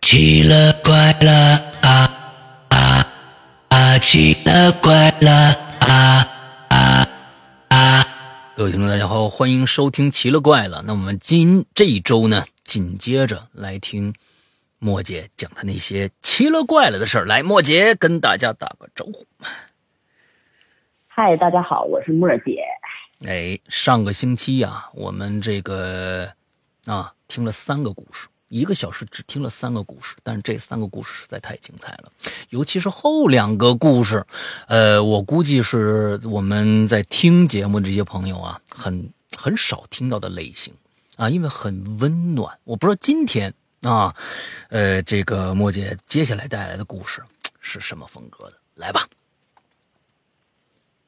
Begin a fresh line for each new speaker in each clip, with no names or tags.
奇了怪了啊啊啊！奇了怪了啊啊啊！
各位听众，大家好，欢迎收听《奇了怪了》。那我们今这一周呢，紧接着来听莫姐讲她那些奇了怪了的事儿。来，莫姐跟大家打个招呼。
嗨，大家好，我是莫姐。
哎，上个星期呀、啊我们这个啊听了三个故事，一个小时只听了三个故事，但是这三个故事实在太精彩了，尤其是后两个故事，呃，我估计是我们在听节目的这些朋友啊，很很少听到的类型啊，因为很温暖。我不知道今天啊，呃，这个莫姐接下来带来的故事是什么风格的，来吧。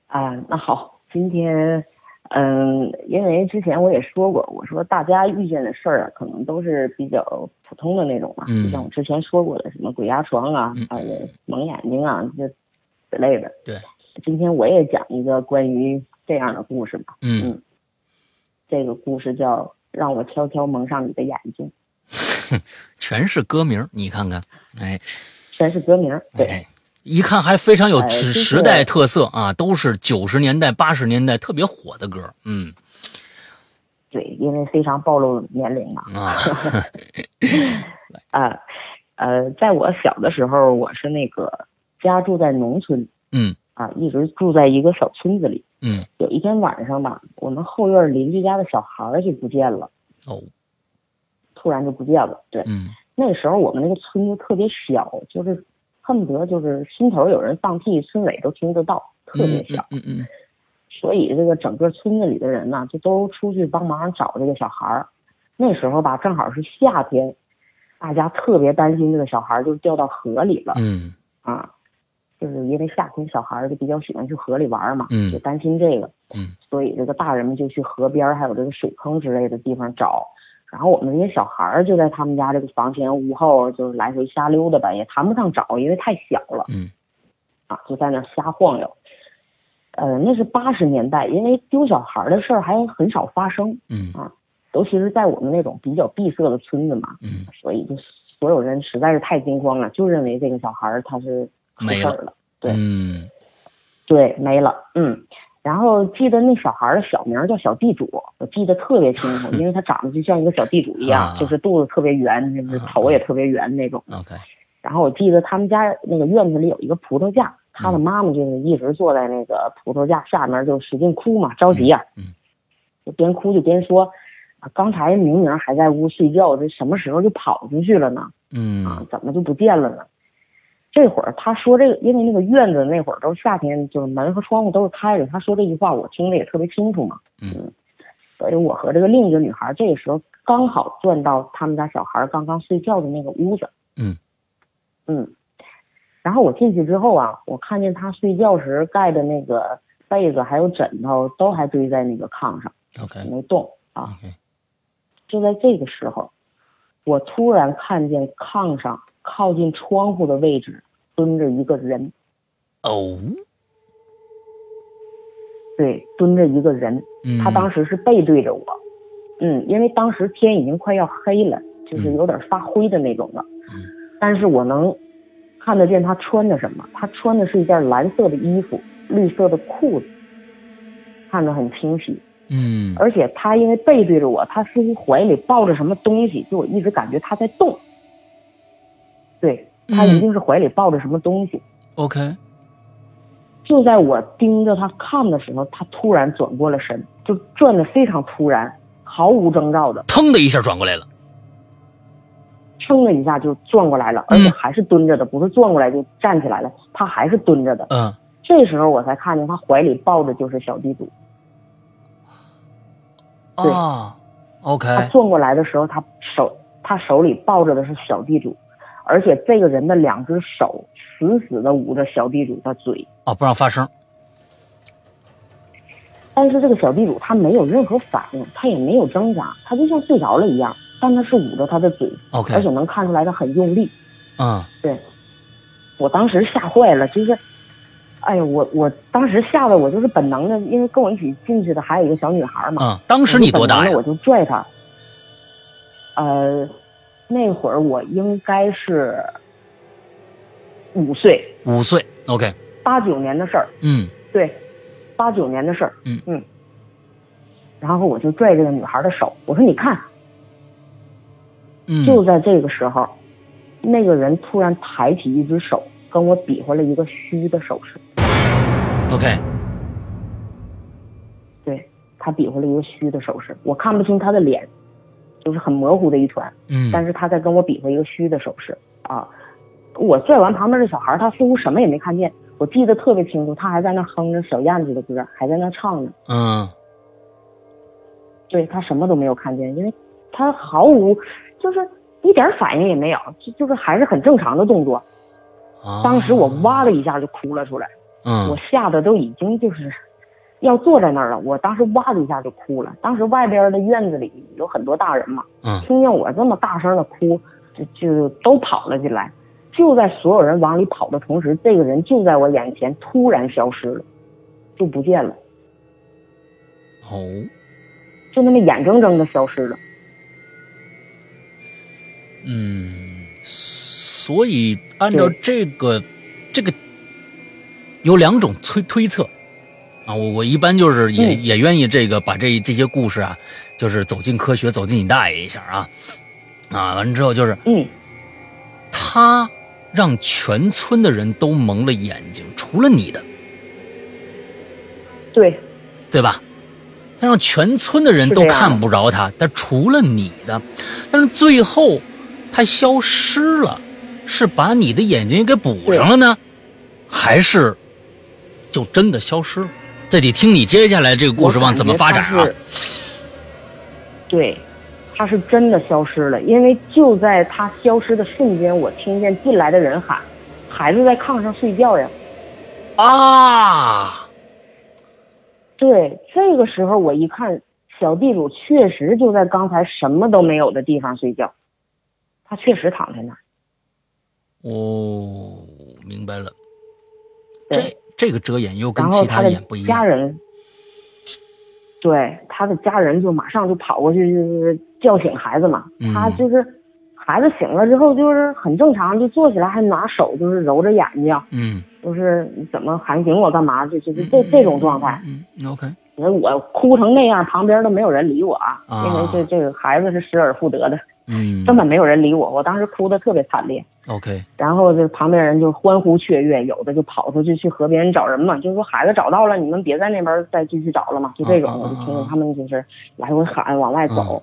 啊，那好，今天，嗯，因为之前我也说过，我说大家遇见的事儿啊，可能都是比较普通的那种嘛，
嗯
就像我之前说过的，什么鬼压床啊
嗯，
啊，蒙眼睛啊，这之类的。
对，
今天我也讲一个关于这样的故事吧。
嗯
嗯这个故事叫《让我悄悄蒙上你的眼睛》，
全是歌名，你看看，哎。
全是歌名儿。对，
哎，一看还非常有
哎
时
这是
时代特色啊，都是九十年代、八十年代特别火的歌。嗯
对，因为非常暴露年龄嘛。
啊，
啊，呃，在我小的时候，我是那个家住在农村
嗯
啊，一直住在一个小村子里。
嗯，
有一天晚上吧，我们后院邻居家的小孩儿就不见了，
哦，
突然就不见了。对，
嗯
那时候我们那个村子特别小，就是恨不得就是村头有人放屁，村尾都听得到，特别小。
嗯嗯
所以这个整个村子里的人呢，就都出去帮忙找这个小孩儿。那时候吧，正好是夏天，大家特别担心这个小孩儿就掉到河里了。
嗯
啊，就是因为夏天小孩儿就比较喜欢去河里玩儿嘛，
嗯
就担心这个，
嗯，
所以这个大人们就去河边儿还有这个水坑之类的地方找，然后我们这些小孩儿就在他们家这个房前屋后就是来回瞎溜达吧，也谈不上找，因为太小了，
嗯
啊，就在那儿瞎晃悠。呃，那是八十年代，因为丢小孩儿的事儿还很少发生，
嗯
尤其是在我们那种比较闭塞的村子嘛，
嗯，
所以就所有人实在是太惊慌了，就认为这个小孩儿他是出
没
事
了
儿了。对
嗯
对，没了，嗯。然后记得那小孩儿的小名儿叫小地主，我记得特别清 楚，因为他长得就像一个小地主一
啊
样，就是肚子特别圆，就是头也特别圆那种。
，OK，
然后我记得他们家那个院子里有一个葡萄架，他
嗯
的妈妈就是一直坐在那个葡萄架下面就使劲哭嘛，着急呀、啊
嗯嗯
就边哭就边说，啊刚才明明还在屋睡觉，这什么时候就跑出去了呢？啊
嗯，
怎么就不见了呢？这会儿他说这个，因为那个院子那会儿都是夏天，就是门和窗户都是开着。他说这句话，我听得也特别清楚嘛。
嗯，
所以我和这个另一个女孩，这个时候刚好转到他们家小孩刚刚睡觉的那个屋子。
嗯，
嗯。然后我进去之后啊，我看见他睡觉时盖的那个被子还有枕头都还堆在那个炕上，
，OK
没动啊。
OK，
就在这个时候，我突然看见炕上靠近窗户的位置蹲着一个人，
哦，
对，蹲着一个人。
嗯，
他当时是背对着我，嗯，因为当时天已经快要黑了，就是有点发灰的那种了。
嗯
但是我能看得见他穿的什么，他穿的是一件蓝色的衣服，绿色的裤子，看得很清晰。
嗯
而且他因为背对着我，他似乎怀里抱着什么东西，就我一直感觉他在动。对他
嗯
一定是怀里抱着什么东西。
，OK，
就在我盯着他看的时候，他突然转过了身，就转的非常突然，毫无征兆的，
腾的一下转过来了，
噌的一下就转过来了，而且还是蹲着的，不是转过来就站起来了，他还是蹲着的。
嗯，
这时候我才看见他怀里抱的就是小地主。
啊，OK，
他转过来的时候，他手他手里抱着的是小地主，而且这个人的两只手死死的捂着小地主的嘴，
哦，不让发声，
但是这个小地主他没有任何反应，他也没有挣扎，他就像睡着了一样，但他是捂着他的嘴，
，OK，
而且能看出来他很用力。
嗯
对，我当时吓坏了，就是，哎呀，我我当时吓得我就是本能的，因为跟我一起进去的还有一
嗯
个小女孩嘛，
嗯，当时你多大
我
呀
就本能地我就拽他，呃，那会儿我应该是五岁，
五岁，OK，
八九年的事儿，
嗯
对，八九年的事儿，
嗯
嗯。然后我就拽这个女孩的手，我说：“你看，
嗯，
就在这个时候，那个人突然抬起一只手，跟我比划了一个虚的手势。
OK，
对他比划了一个虚的手势，我看不清他的脸，就是很模糊的一团。
嗯
但是他在跟我比划一个虚的手势啊。我拽完旁边的小孩，他似乎什么也没看见，我记得特别清楚，他还在那哼着小燕子的歌，还在那唱呢。
嗯
对他什么都没有看见，因为他毫无，就是一点反应也没有，就就是还是很正常的动作。
啊，
当时我哇的一下就哭了出来，我
嗯
吓得都已经就是要坐在那儿了。我当时哇的一下就哭了。当时外边的院子里有很多大人嘛，
嗯
听见我这么大声的哭，就就都跑了进来。就在所有人往里跑的同时，这个人就在我眼前突然消失了，就不见了，
哦
就那么眼睁睁的消失了。
嗯，所以按照这个这个有两种推推测啊，我我一般就是也、
嗯
也愿意这个把这这些故事啊，就是走进科学，走进你大爷一下啊啊，完了之后就是
嗯，
他让全村的人都蒙了眼睛，除了你的，
对，
对吧？他让全村的人都
是这样
看不着他，但除了你的，但是最后他消失了，是把你的眼睛给补上了呢，还是就真的消失了？这得听你接下来这个故事往怎么发展
我
啊
感觉？他是？对，他是真的消失了，因为就在他消失的瞬间，我听见进来的人喊：“孩子在炕上睡觉呀。”
啊，
对，这个时候我一看，小地主确实就在刚才什么都没有的地方睡觉，他确实躺在那儿。
哦，明白了，
对
这这个遮掩又跟
然后
其
他
他
的
眼不一
家
样，
人，对他的家人就马上就跑过去，就是叫醒孩子嘛。
嗯
他就是孩子醒了之后，就是很正常，就坐起来，还拿手就是揉着眼睛，
嗯
就是你怎么喊醒我干嘛？就就是这这种状态。
嗯，OK，
我哭成那样，旁边都没有人理我啊，
啊
因为这这个孩子是失而复得的，
嗯
根本没有人理我。我当时哭的特别惨烈。
，OK，
然后就旁边人就欢呼雀跃，有的就跑出去去河边找人嘛，就说孩子找到了，你们别在那边再继续找了嘛，就这种，
啊啊啊嗯
我就听着他们就是来回喊往外走。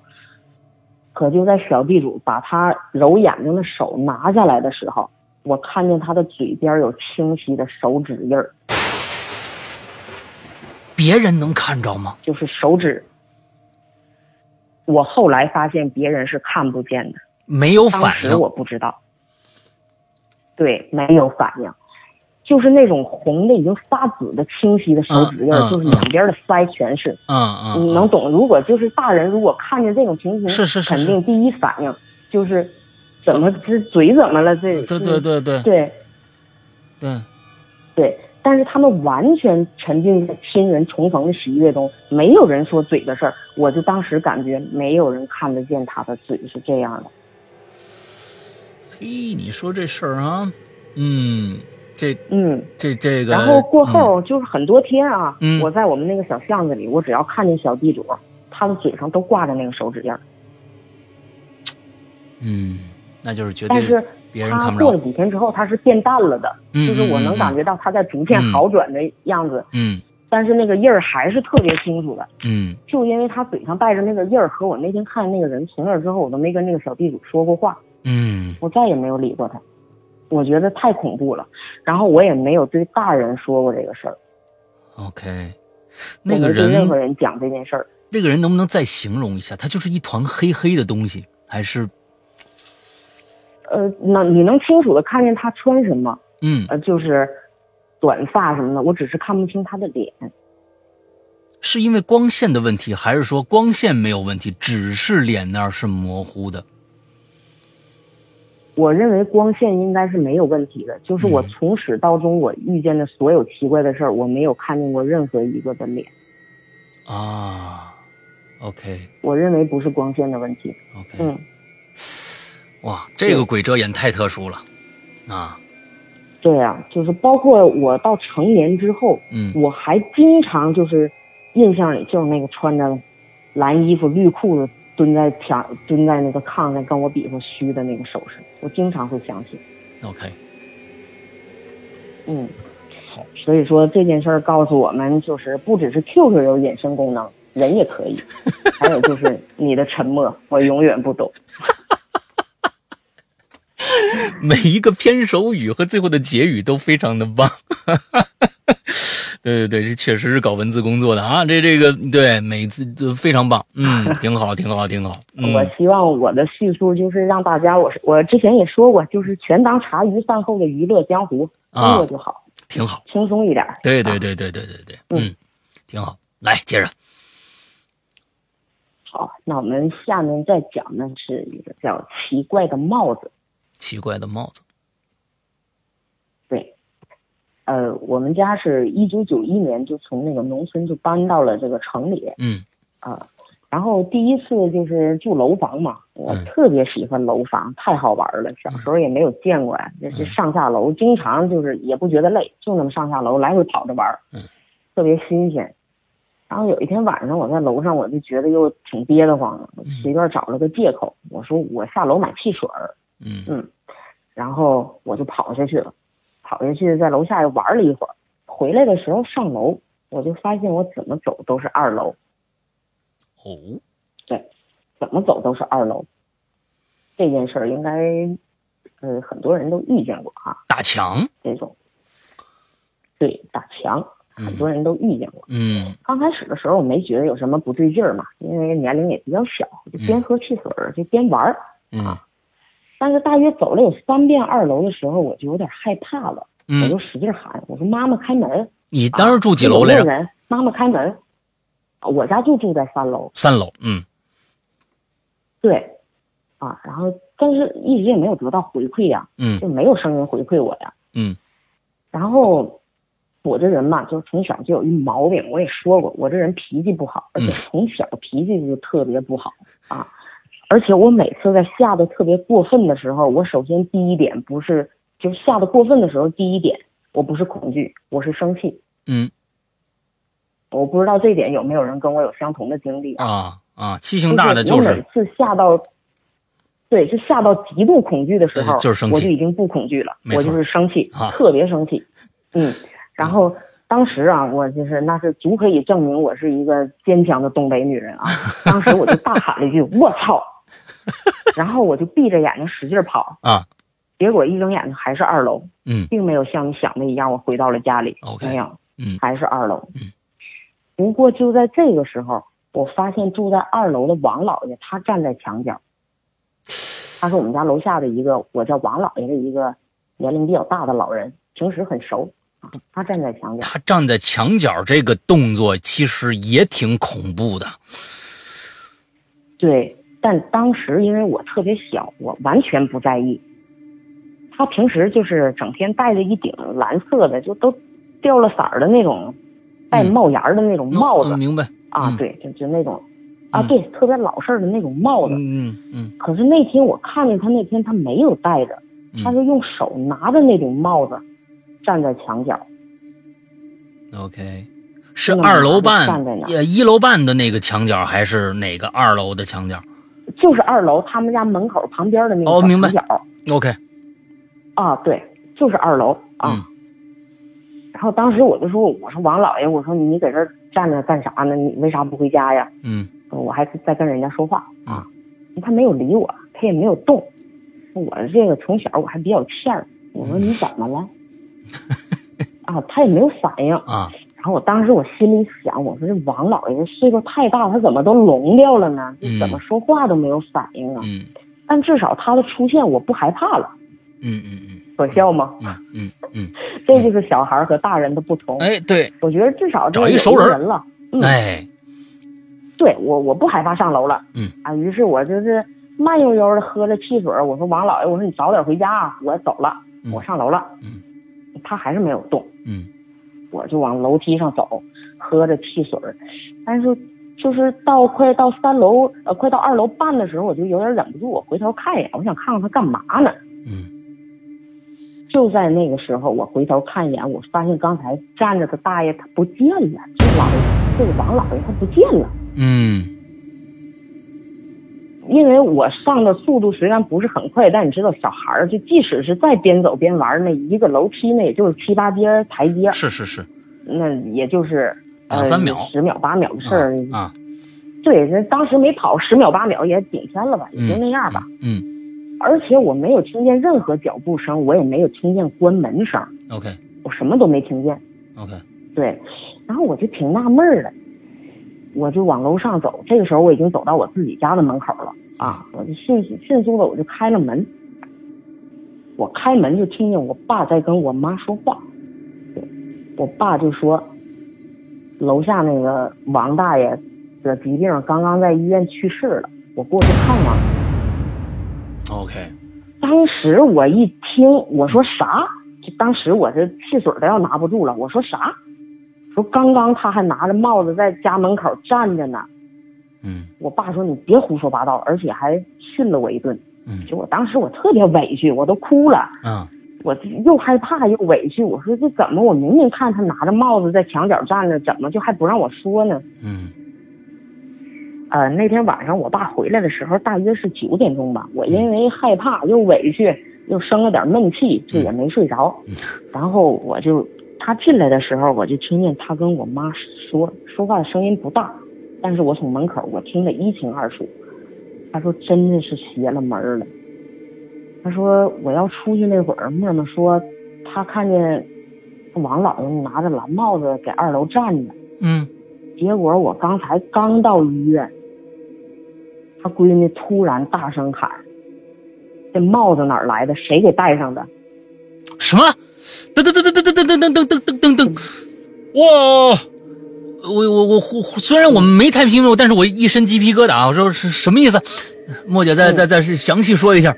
可就在小地主把他揉眼睛的手拿下来的时候，我看见他的嘴边有清晰的手指印儿，
别人能看着吗？
就是手指。我后来发现别人是看不见的。
没有
当
反
时
应，
我不知道，对，没有反应，就是那种红的已经发紫的清晰的手指印儿，
嗯嗯
就是两边的腮全是，
嗯嗯，
你
嗯
能懂？如果就是大人如果看见这种情形，
是是是
肯
是
定第一反应就是怎么这嘴怎么了？这嗯
对对对对
对
对，
对，但是他们完全沉浸在亲人重逢的喜悦中，没有人说嘴的事儿。我就当时感觉没有人看得见他的嘴是这样的。
嘿，你说这事儿啊，嗯，这
嗯，
这这个，
然后过后就是很多天啊，
呃嗯
我在我们那个小巷子里，我只要看见小地主，他的嘴上都挂着那个手指印儿，
嗯，嗯，那就是绝
但
对
是
别人
他
看不
过了
着，
几天之后，他是变淡了的，
嗯
就是我能感，觉到他在逐渐好转的样子，
嗯
但是那个印儿还是特别清楚的，
嗯
就因为他嘴上带着那个印儿和我那天看那个人，从那之后我都没跟那个小地主说过话，
嗯
我再也没有理过他，我觉得太恐怖了，然后我也没有对大人说过这个事儿，
嗯，OK，
我
那
没
个
对任
人
何人讲这件事儿。
那个人能不能再形容一下？他就是一团黑黑的东西，还是
呃，能你能清楚的看见他穿什么，
嗯
呃，就是短发什么的，我只是看不清他的脸。
是因为光线的问题，还是说光线没有问题，只是脸那儿是模糊的？
我认为光线应该是没有问题的，就是我
嗯
从始到终我遇见的所有奇怪的事儿，我没有看见过任何一个的脸。
啊？OK
我认为不是光线的问题，
OK，
嗯，
哇，这个鬼遮眼太特殊了，啊，
对啊，就是包括我到成年之后，
嗯
我还经常就是印象里就是那个穿着蓝衣服、绿裤子蹲在墙、蹲在那个炕上跟我比划虚的那个手势，我经常会想起。
，OK，
嗯，
好，
所以说这件事儿告诉我们，就是不只是 QQ 有隐身功能，人也 可以。还有就是你的沉默，我永远不懂。
每一个片首语和最后的结语都非常的棒。 对对对，这确实是搞文字工作的啊，这这个对，每次都非常棒，嗯，挺好，挺好，挺好，嗯
我希望我的叙述就是让大家，我是我之前也说过，就是全当茶余饭后的娱乐江湖，
啊
娱乐就好，
挺好，
轻松一点。
对对对对对对对，嗯，挺好，来接着，
好，那我们下面再讲的是一个叫奇怪的帽子。
奇怪的帽子，
对，呃，我们家是一九九一年就从那个农村就搬到了这个城里，
嗯
啊，然后第一次就是住楼房嘛，我
嗯
特别喜欢楼房，太好玩了。小时候也没有见过呀，就是上下楼，经常就是也不觉得累，就那么上下楼来回跑着玩，
嗯，
特别新鲜。然后有一天晚上，我在楼上，我就觉得又挺憋得慌的，我随便找了个借口，我说我下楼买汽水儿，
嗯
然后我就跑下去了，跑下去在楼下又玩了一会儿，回来的时候上楼，我就发现我怎么走都是二楼，
哦，
怎么走都是二楼。这件事儿应该，呃，很多人都遇见过啊，
打墙，
这种，对，打墙，很
嗯
多人都遇见过。
嗯
刚开始的时候我没觉得有什么不对劲儿嘛，因为年龄也比较小，就边喝汽水儿就边玩儿。
嗯
啊但是大约走了有三遍二楼的时候，我就有点害怕了，我
嗯，
就使劲喊，我说：“妈妈开门
你！”当时住几
啊
楼
有
来
没有
着？
人，妈妈开门。啊我家就住在三楼，
三楼，嗯
对，啊，然后但是一直也没有得到回馈啊呀、
嗯
就没有声音回馈我呀。
嗯
然后我这人嘛，就是从小就有一毛病，我也说过，我这人脾气不好，而且从小脾气就特别不好啊。而且我每次在吓得特别过分的时候，我首先第一点不是，就是吓得过分的时候，第一点我不是恐惧，我是生气。
嗯
我不知道这点有没有人跟我有相同的经历啊？
啊啊，气性大的就
我
是
每次吓到，对，就吓到极度恐惧的时候，
呃就是生气
我就已经不恐惧了，
没
我
错
就是生气，
啊
特别生气，嗯，然后。当时啊，我就是那是足可以证明我是一个坚强的东北女人啊！当时我就大喊了一句“我操”，然后我就闭着眼睛使劲跑，
啊，
结果一睁眼睛还是二楼，
嗯
并没有像你想的一样，我回到了家里
OK
没有，
嗯
还是二楼。
嗯，
不过就在这个时候，我发现住在二楼的王老爷，他站在 墙角，他是我们家楼下的一个，我叫王老爷的一个年龄比较大的老人，平时很熟啊，他站在墙角，
他站在墙角这个动作其实也挺恐怖的，
对，但当时因为我特别小，我完全不在意。他平时就是整天戴着一顶蓝色的，就都掉了色儿的那种，带
嗯
帽檐儿的那种帽子
嗯、，明白，
啊
嗯，
对，就就那种，啊，
嗯
对，特别老式儿的那种帽子。
嗯嗯
可是那天我看见他那天他没有戴着，
嗯
他是用手拿着那顶帽子，站在墙角。
嗯，OK，是二楼半
站在那，儿
呃，一楼半的那个墙角还是哪个二楼的墙角
就是二楼他们家门口旁边的那个
哦
小
明白
墙角。
？OK，
啊，对，就是二楼啊。
嗯
然后当时我就说，我说王老爷，我说你在这儿站着干啥呢？你为啥不回家呀？
嗯
我还在跟人家说话
啊，
他没有理我，他也没有动。我这个从小我还比较欠儿，我说你怎么了？ 啊，他也没有反应。
啊，
然后我当时我心里想，我说这王老爷这岁数太大，他怎么都聋掉了呢？
嗯
怎么说话都没有反应啊？
嗯
但至少他的出现，我不害怕了。
嗯嗯
可笑吗？
嗯嗯嗯嗯，
这就是小孩儿和大人的不同。
哎对，
我觉得至少这
找一
有
熟人
人了。嗯
哎
对我我不害怕上楼了。
嗯
啊，于是我就是慢悠悠的喝着汽水儿，我说王老爷，我说你早点回家啊，我走了，
嗯
我上楼了。
嗯，
他还是没有动，
嗯
我就往楼梯上走，喝着汽水儿，但是就是到快到三楼呃快到二楼半的时候，我就有点忍不住，我回头看一眼，我想看看他干嘛呢。
嗯
就在那个时候，我回头看一眼，我发现刚才站着的大爷他不见了，这老爷这个王老爷他不见了。
嗯
因为我上的速度虽然不是很快，但你知道小孩儿就即使是再边走边玩儿，那一个楼梯那也就是七八阶儿台阶儿，
是是是
那也就是呃
两啊三秒
十、10秒八秒的事儿。
啊啊
对，那当时没跑十秒八秒也顶天了吧，也就那样吧。
嗯
而且我没有听见任何脚步声，我也没有听见关门声，
OK
我什么都没听见。
OK
对，然后我就挺纳闷儿的，我就往楼上走。这个时候我已经走到我自己家的门口了
嗯
啊，我就迅速迅速的我就开了门。我开门就听见我爸在跟我妈说话，对我爸就说，楼下那个王大爷的疾病刚刚在医院去世了，我过去看望。啊
OK
当时我一听，我说啥？就当时我这汽水都要拿不住了。我说啥？说刚刚他还拿着帽子在家门口站着呢。
嗯
我爸说你别胡说八道，而且还训了我一顿。
嗯
就我当时我特别委屈，我都哭了，
啊
我又害怕又委屈。我说这怎么？我明明看他拿着帽子在墙角站着，怎么就还不让我说呢？
嗯
呃，那天晚上我爸回来的时候大约是九点钟吧，我因为害怕又委屈又生了点闷气，这也没睡着。然后我就他进来的时候，我就听见他跟我妈说说话的声音不大，但是我从门口我听得一清二楚。他说真的是邪了门儿了。他说我要出去那会儿，默默说他看见王老爷拿着蓝帽子给二楼站着。
嗯
结果我刚才刚到医院，他闺女突然大声喊：“这帽子哪儿来的？谁给戴上的
什么？噔噔噔噔噔噔噔噔噔噔噔噔噔，哇！我我我忽虽然我没太听懂，但是我一身鸡皮疙瘩。啊我说是什么意思？莫姐再再再详细说一下。？”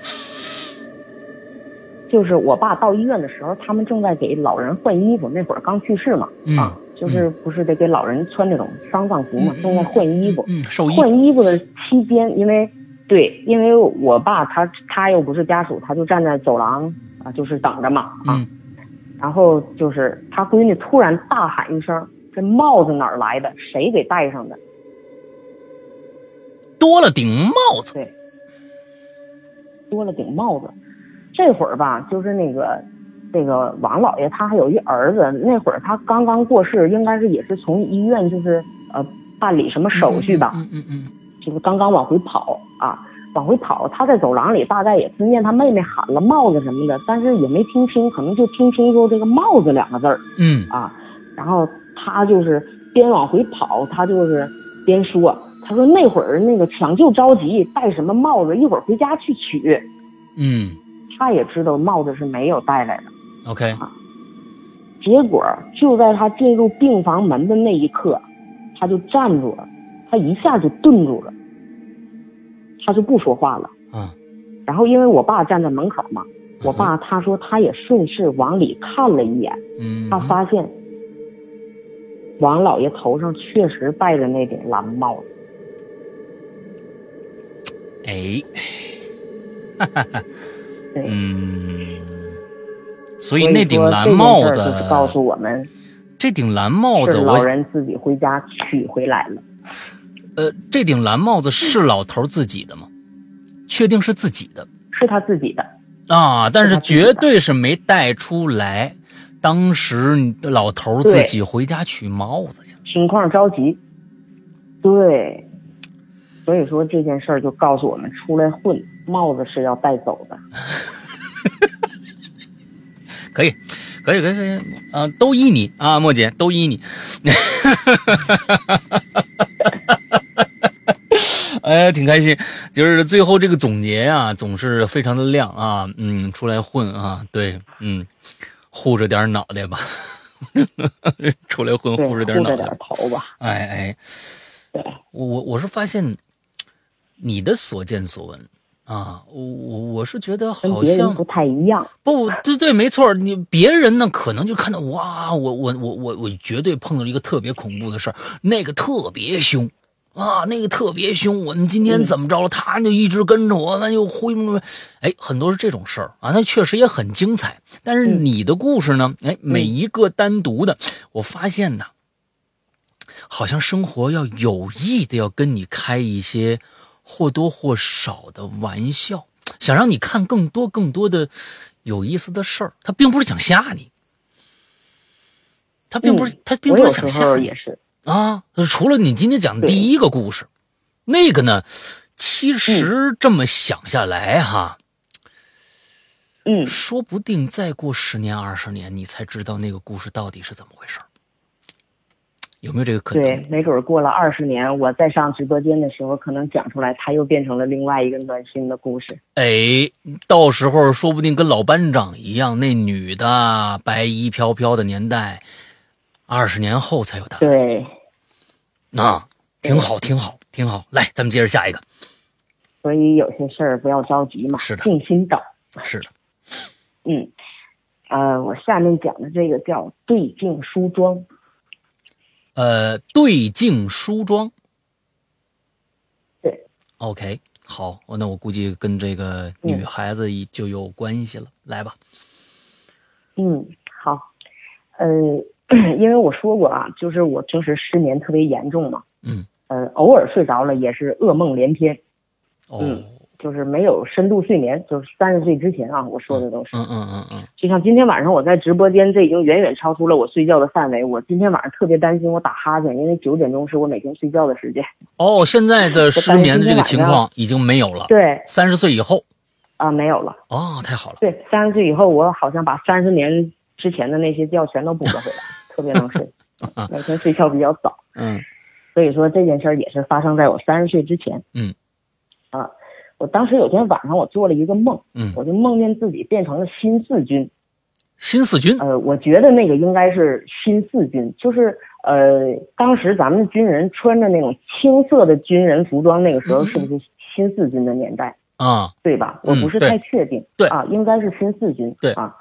就是我爸到医院的时候，他们正在给老人换衣服，那会儿刚去世嘛，
嗯
啊，就是不是得给老人穿那种丧葬服嘛，正在换衣服。
嗯，兽医。
换衣服的期间，因为对，因为我爸他他又不是家属，他就站在走廊啊，就是等着嘛啊。
嗯
然后就是他闺女突然大喊一声：“这帽子哪儿来的？谁给戴上的
多了顶帽子。？”
多了顶帽子。这会儿吧，就是那个这个王老爷他还有一儿子，那会儿他刚刚过世，应该是也是从医院就是呃办理什么手续吧，
嗯嗯嗯
就是刚刚往回跑啊，往回跑。他在走廊里大概也听见他妹妹喊了帽子什么的，但是也没听清，可能就听清说这个帽子两个字儿。
嗯
啊，然后他就是边往回跑，他就是边说，他说那会儿那个抢救着急，戴什么帽子，一会儿回家去取。
嗯
他也知道帽子是没有带来的。
，OK，
结果就在他进入病房门的那一刻，他就站住了，他一下就顿住了，他就不说话了。
啊，
然后因为我爸站在门口嘛，我
嗯
爸他说他也顺势往里看了一眼，
嗯，
他发现王老爷头上确实戴着那顶蓝帽子。
哎，
对，
嗯，所
所
以那顶
说
蓝
这件
帽
事
子
儿，就是告诉我们
这顶蓝帽
是
子，
老
我
人自己回家取回来了。
呃，这顶蓝帽子是老头自己的吗？确定是自己的
是他自己的，
啊，但
是
是
他自己的
绝对是没带出来。当时老头自己回家取帽子去了。
情况着急，对，所以说这件事儿就告诉我们，出来混，帽子是要带走的。
可以，可以，可以，可以，啊，都依你啊，莫姐，都依你。 哎，挺开心，就是最后这个总结啊，总是非常的亮啊，嗯，出来混啊，对，嗯，护着点脑袋吧， 出来混，
对，
护着点脑
着
袋
点，头吧。
哎哎，
对，
我我我是发现你的所见所闻啊，我我我是觉得
跟
好
别
像
人不太一样。
不，对对，没错儿。你别人呢，可能就看到哇，我我我我我绝对碰到一个特别恐怖的事儿，那个特别凶啊，那个特别凶。我们今
嗯
天怎么着了？他就一直跟着我，那就挥摸。哎，很多是这种事儿啊，那确实也很精彩。但是
嗯
你的故事呢？哎，每一个单独的，我发现呐，好像生活要有意的要跟你开一些或多或少的玩笑，想让你看更多更多的有意思的事儿。他并不是想吓你，他并不是、
嗯
他并
我
不
有
是想
时
吓
候
你
也，是，
啊，除了你今天讲的第一个故事，那个呢，其实这么想下来哈，
嗯，
说不定再过十年二十年，你才知道那个故事到底是怎么回事儿有没有这个可
对
能？，
没准儿过了二十年，我再上直播间的时候，可能讲出来，它又变成了另外一个暖心的故事。
哎，到时候说不定跟老班长一样，那女的白衣飘飘的年代，二十年后才有答案
对，
啊，挺好，挺好，挺好。来，咱们接着下一个。
所以有些事儿不要着急嘛，
是的
静心等。
是的，
嗯，呃，我下面讲的这个叫对镜梳妆，
呃，对镜梳妆。
对，
OK，好，那我估计跟这个女孩子一就有关系了。来吧，
嗯，好，呃， 因为我说过啊，就是我平时失眠特别严重嘛，
嗯，
呃，偶尔睡着了也是噩梦连篇，
哦，嗯
嗯就是没有深度睡眠，就是三十岁之前啊，我说的都是。
嗯嗯嗯
就像今天晚上我在直播间，这已经远远超出了我睡觉的范围。我今天晚上特别担心我打哈欠，因为九点钟是我每天睡觉的时间。
哦，现在的失眠的这个情
我担心今天晚
况已经没有了，
对
三十岁以后，
啊、没有了。
哦，太好了，
对，三十岁以后，我好像把三十年之前的那些觉全都补了回来，特别能睡，每天睡觉比较早。
嗯
所以说这件事儿也是发生在我三十岁之前。
嗯，
啊，我当时有天晚上我做了一个梦，
嗯，
我就梦见自己变成了新四军。
新四军，
呃，我觉得那个应该是新四军，就是呃，当时咱们军人穿着那种青色的军人服装，那个时候是不是新四军的年代，
啊，
对吧？我不是
嗯对
太确定，
对
啊，应该是新四军，
对
啊。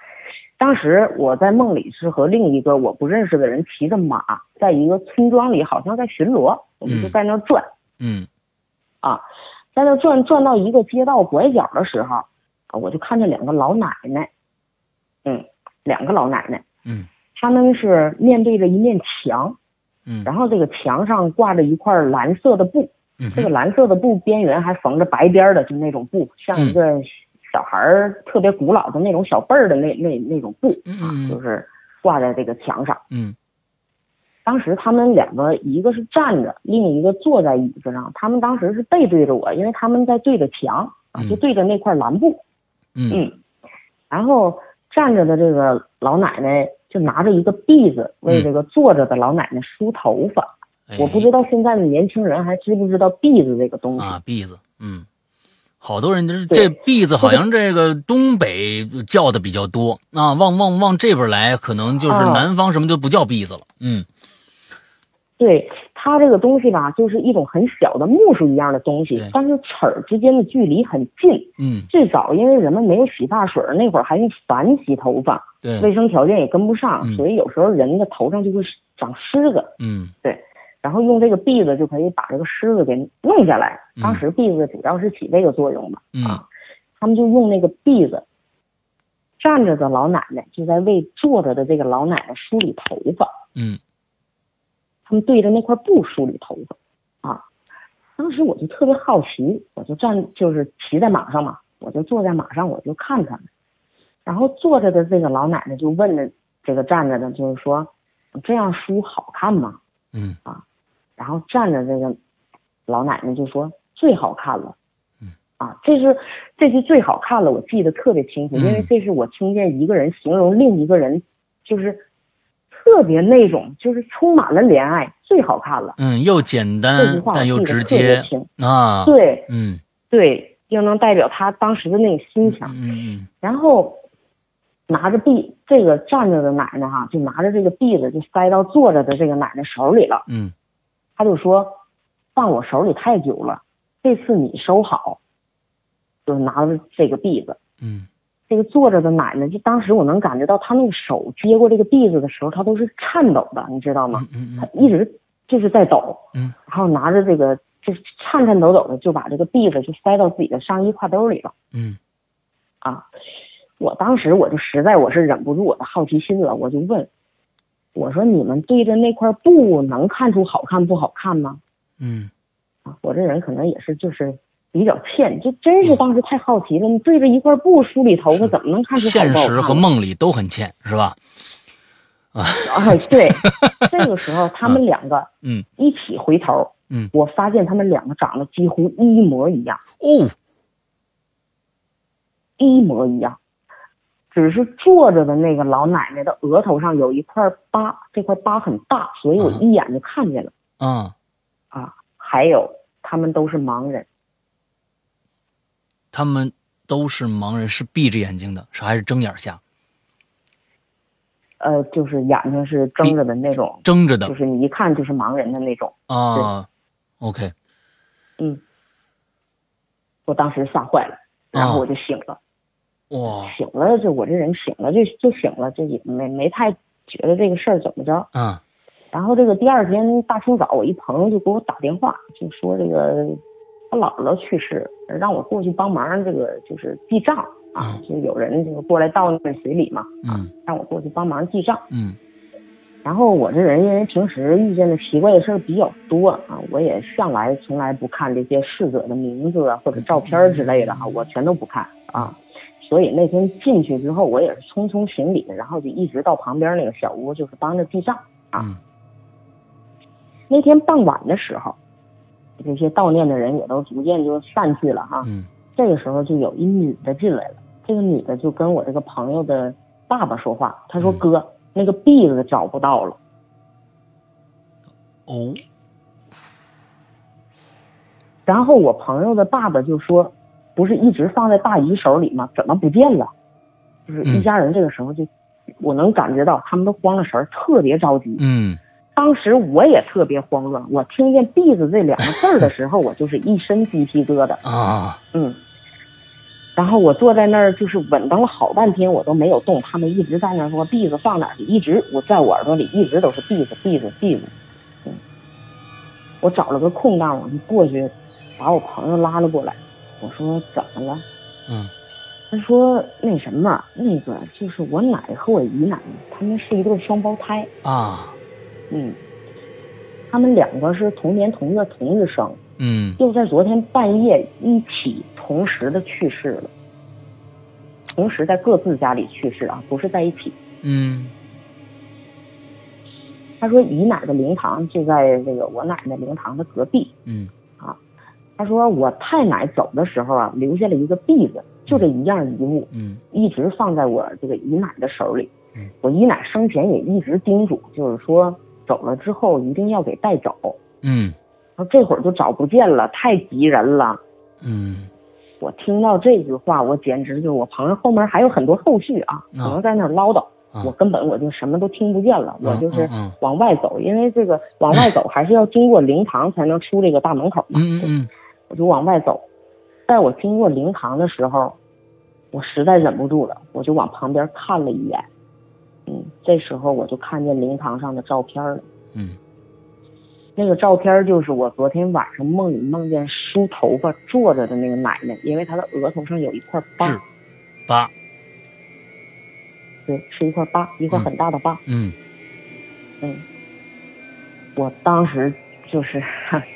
当时我在梦里是和另一个我不认识的人骑着马，在一个村庄里，好像在巡逻，我们就
嗯
在那儿转，
嗯
啊，在那转转到一个街道拐角的时候，啊，我就看见两个老奶奶，嗯，两个老奶奶，
嗯
他们是面对着一面墙，
嗯
然后这个墙上挂着一块蓝色的布，
嗯
这个
哼，
蓝色的布边缘还缝着白边儿的，就那种布，像
嗯
一个小孩儿特别古老的那种小被儿的那那那种布
嗯
啊
嗯，嗯
就是挂在这个墙上。
嗯
当时他们两个，一个是站着，另一个坐在椅子上。他们当时是背对着我，因为他们在对着墙啊，
嗯
就对着那块蓝布。
嗯
嗯然后站着的这个老奶奶就拿着一个篦子为这个坐着的老奶奶梳头发。
嗯，
我不知道现在的年轻人还知不知道篦子这个东西。
啊，篦子，嗯，好多人就是这
对
篦子，好像这个东北叫的比较多啊，往往往这边来，可能就是
哦
南方什么就不叫篦子了，嗯
对它这个东西吧，就是一种很小的木梳一样的东西
对，
但是齿儿之间的距离很近。
嗯，
最早因为人们没有洗发水儿，那会儿还用矾洗头发，
对，
卫生条件也跟不上
嗯，
所以有时候人的头上就会长虱子，
嗯
然后用这个篦子就可以把这个虱子给弄下来
嗯。
当时篦子主要是起这个作用吧，
嗯
啊，他们就用那个篦子，站着的老奶奶就在为坐着的这个老奶奶梳理头发，
嗯
他们对着那块布梳理头发，啊，当时我就特别好奇，我就站就是骑在马上嘛，我就坐在马上，我就看他们，然后坐着的这个老奶奶就问着这个站着的，就是说这样梳好看吗？
嗯
然后站着这个老奶奶就说最好看了
嗯。
啊，这是这句最好看了，我记得特别清楚，因为
嗯
这是我听见一个人形容另一个人，就是特别那种，就是充满了怜爱，最好看了
嗯，又简
这句
单
话，我
但
记
又
得
直
特别
接
清。
啊，
对
嗯
对，就能代表他当时的那个心情。
嗯
然后拿着币，这个站着的奶奶哈、就拿着这个币子就塞到坐着的这个奶奶手里了。
嗯
他就说放我手里太久了，这次你收好，就拿着这个篦子。
嗯
这个坐着的奶奶，就当时我能感啊觉到她那个手接过这个篦子的时候，她都是颤抖的，你知道吗？
嗯嗯
她一直就是在抖，
嗯，
然后拿着这个就是颤颤抖抖的就把这个篦子就塞到自己的上衣挎兜里了
嗯
啊！我当时我就实在我是忍不住我的好奇心了，我就问，我说你们对着那块布能看出好看不好看吗？
嗯
啊，我这人可能也是就是比较欠，就真
嗯
是当时太好奇了，你对着一块布梳理头发，怎么能看出好
现
不好
实
看
和梦里都很欠，是吧？
哎， 对，这个时候他们两个
嗯
一起回头，
嗯
我发现他们两个长得几乎一模一样，
哦，
一模一样，只是坐着的那个老奶奶的额头上有一块疤，这块疤很大，所以我
嗯
一眼就看见了、
啊，
啊。还有，他们都是盲人，
他们都是盲人，是闭着眼睛的，是还是睁眼瞎，
呃，就是眼睛是睁着的那种，
睁着的
就是你一看就是盲人的那种。
啊？OK，
嗯，我当时吓坏了，然后我就醒了。
哇，
醒了就我这人醒了就就醒了，就也没没太觉得这个事儿怎么着。
嗯
然后这个第二天大清早，我一朋友就给我打电话，就说这个他姥姥去世，让我过去帮忙，这个就是记账啊，就有人这个过来倒那水里嘛，
嗯
让我过去帮忙记账。
嗯
然后我这人因为平时遇见的奇怪的事儿比较多啊，我也向来从来不看这些逝者的名字啊或者照片儿之类的啊，我全都不看啊。所以那天进去之后，我也是匆匆行礼，然后就一直到旁边那个小屋，就是帮着记账。
嗯
那天傍晚的时候，这些悼念的人也都逐渐就散去了哈、
嗯
这个时候就有一女的进来了，这个女的就跟我这个朋友的爸爸说话，她说：“
嗯
哥，那个篦子找不到了。”
哦，
然后我朋友的爸爸就说：“不是一直放在大姨手里吗？怎么不见了？”就是一家人这个时候就，我能感觉到他们都慌了神儿，特别着急。
嗯
当时我也特别慌乱，我听见“篦子”这两个字儿的时候，我就是一身鸡皮疙瘩。
啊，
嗯，然后我坐在那儿就是稳当了好半天，我都没有动。他们一直在那儿说篦子放哪儿去，一直我在我耳朵里一直都是篦子篦子篦子。嗯，我找了个空档，我就过去把我朋友拉了过来。我说怎么了？
嗯
他说那什么，那个就是我奶和我姨奶，他们是一对双胞胎。
啊，
嗯，他们两个是同年同月同日生，
嗯
又在昨天半夜一起同时的去世了，同时在各自家里去世啊，不是在一起。
嗯
他说姨奶的灵堂就在这个我奶奶灵堂的隔壁。
嗯
他说我太奶走的时候啊，留下了一个篦子，就这一样遗物，
嗯
一直放在我这个姨奶的手里
嗯。
我姨奶生前也一直叮嘱，就是说走了之后一定要给带走。
嗯
然后这会儿就找不见了，太急人了。
嗯
我听到这句话，我简直就是我朋友后面还有很多后续啊，可能在那儿唠叨，
啊
我根本我就什么都听不见了，我就是
嗯嗯
往外走，因为这个往外走还是要经过灵堂才能出这个大门口嘛，
嗯嗯
我就往外走。在我经过灵堂的时候，我实在忍不住了，我就往旁边看了一眼，嗯，这时候我就看见灵堂上的照片了。
嗯
那个照片就是我昨天晚上梦里梦见梳头发坐着的那个奶奶，因为她的额头上有一块疤，
是八，
对，是一块疤，一块很大的疤。
嗯
嗯，我当时就是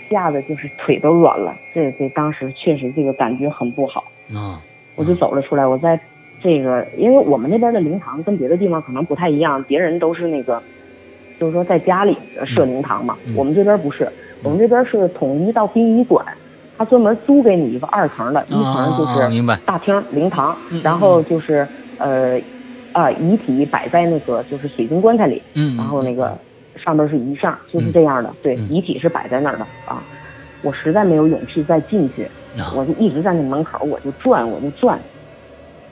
吓得就是腿都软了，这这当时确实这个感觉很不好，
啊，
我就走了出来。我在这个，因为我们那边的灵堂跟别的地方可能不太一样，别人都是那个，就是说在家里设灵堂嘛，
嗯嗯
我们这边不是，我们这边是统一到殡仪馆，他专门租给你一个二层的，一层就
啊啊啊
是
明白
大厅灵堂
嗯嗯，
然后就是呃啊遗体摆在那个就是水晶棺材里，
嗯，
然后那个上边是遗像，就是这样的，对，
嗯
遗体是摆在那儿的啊。我实在没有勇气再进去，
啊
我就一直在那门口，我就转，我就转。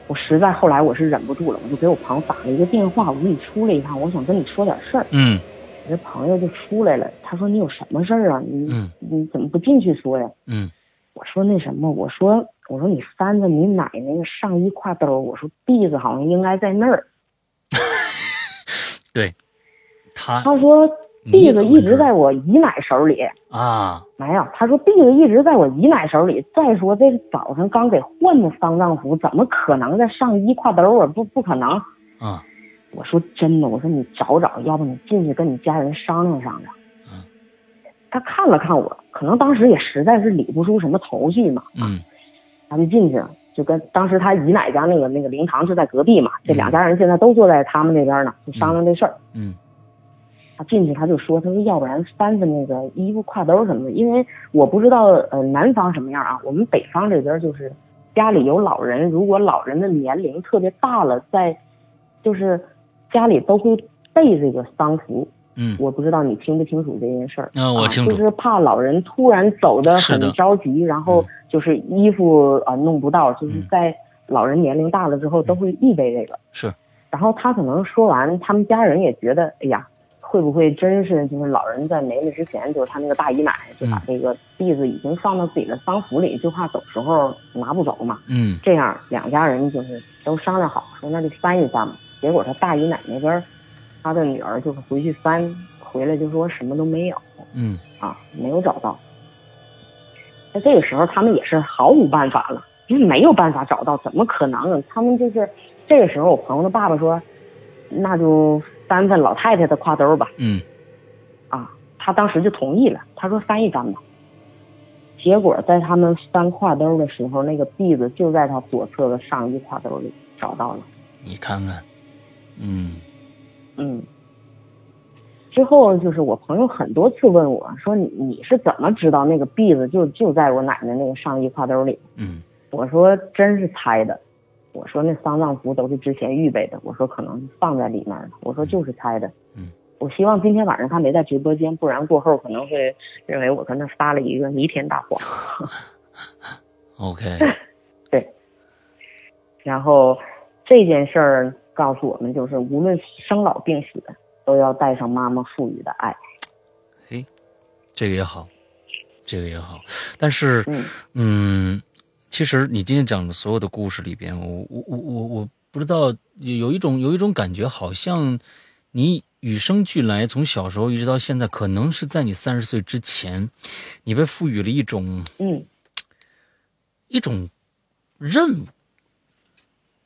我实在后来我是忍不住了，我就给我朋友打了一个电话，我说你出来一趟，我想跟你说点事儿。
嗯
我这朋友就出来了，他说你有什么事儿啊？你、
嗯
你怎么不进去说呀？
嗯
我说那什么，我说我说你翻着你奶奶的上衣挎兜，我说篦子好像应该在那儿。
对，他
他说篦子一直在我姨奶手里。
啊，
没有，他说篦子一直在我姨奶手里。再说这是早上刚给换的丧葬服，怎么可能的上衣挎兜啊？不不可能！
啊，
我说真的，我说你找找，要不你进去跟你家人商量商量。
嗯
他看了看我，可能当时也实在是理不出什么头绪嘛，
嗯
他就进去了，就跟当时他姨奶家那个那个灵堂就在隔壁嘛，这两家人现在都坐在他们那边呢，就商量这事儿。
嗯
他进去他就说，他说要不然翻翻那个衣服挎兜什么的，因为我不知道呃南方什么样啊，我们北方这边就是家里有老人，如果老人的年龄特别大了，在就是家里都会备这个丧服，
嗯，
我不知道你清不清楚这件事儿。
那我清
啊，
楚
就是怕老人突然走得
是
很
的
着急，然后
嗯
就是衣服啊、弄不到，就是
嗯
在老人年龄大了之后都会预备这个。
是，
然后他可能说完，他们家人也觉得，哎呀，会不会真是就是老人在没了之前，就是他那个大姨奶就把
嗯
这个篦子已经放到自己的丧服里，就怕走时候拿不走嘛。
嗯
这样两家人就是都商量好，说那就翻一翻吧。结果他大姨奶那边儿，他的女儿就是回去翻，回来就说什么都没有。
嗯
啊，没有找到。那这个时候他们也是毫无办法了，因为没有办法找到，怎么可能？啊他们就是这个时候，我朋友的爸爸说，那就翻翻老太太的挎兜吧。
嗯
啊，他当时就同意了，他说翻一翻吧。结果在他们翻挎兜的时候，那个篦子就在他左侧的上衣挎兜里找到了。
你看看，嗯
嗯，之后就是我朋友很多次问我说你你是怎么知道那个篦子就就在我奶奶那个上衣挎兜里？
嗯
我说真是猜的，我说那丧葬服都是之前预备的，我说可能是放在里面了，我说就是猜的。
嗯，
我希望今天晚上他没在直播间，不然过后可能会认为我跟他撒了一个弥天大 谎。
，OK，
然后这件事儿告诉我们，就是无论生老病死，都要带上妈妈赋予的爱。
这个也好，这个也好，但是
嗯
嗯，其实你今天讲的所有的故事里边，我我我我我不知道有有一种有一种感觉，好像你与生俱来，从小时候一直到现在，可能是在你三十岁之前，你被赋予了一种
嗯。
一种任务，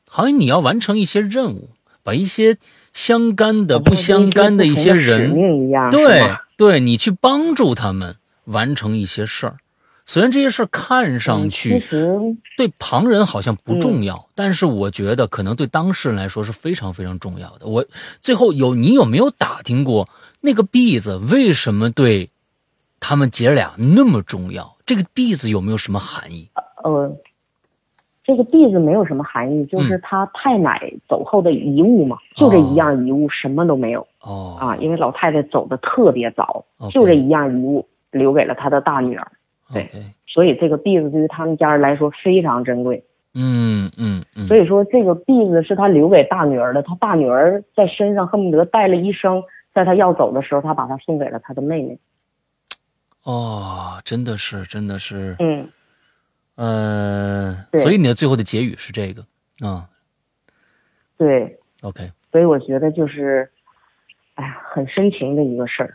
好像你要完成一些任务，把一些相干的、不相干的一些
使
人，
命一样，是
对
吧
对，你去帮助他们完成一些事儿。虽然这些事儿看上去、
嗯其实嗯
对旁人好像不重要，但是我觉得可能对当事人来说是非常非常重要的。我最后有你有没有打听过那个篦子为什么对他们姐俩那么重要？这个篦子有没有什么含义？
呃，这个篦子没有什么含义，就是他太奶走后的遗物嘛，就这一样遗物，什么都没有
哦
啊，因为老太太走的特别早
OK
就这一样遗物留给了她的大女儿，对
o k
所以这个篦子对于他们家人来说非常珍贵。
嗯嗯嗯，
所以说，这个篦子是他留给大女儿的，他大女儿在身上恨不得带了一生，在他要走的时候，他把它送给了他的妹妹。
哦，真的是真的是，
嗯，
呃，
对
所以你的最后的结语是这个啊、
对，
o k
所以我觉得就是，哎呀，很深情的一个事儿。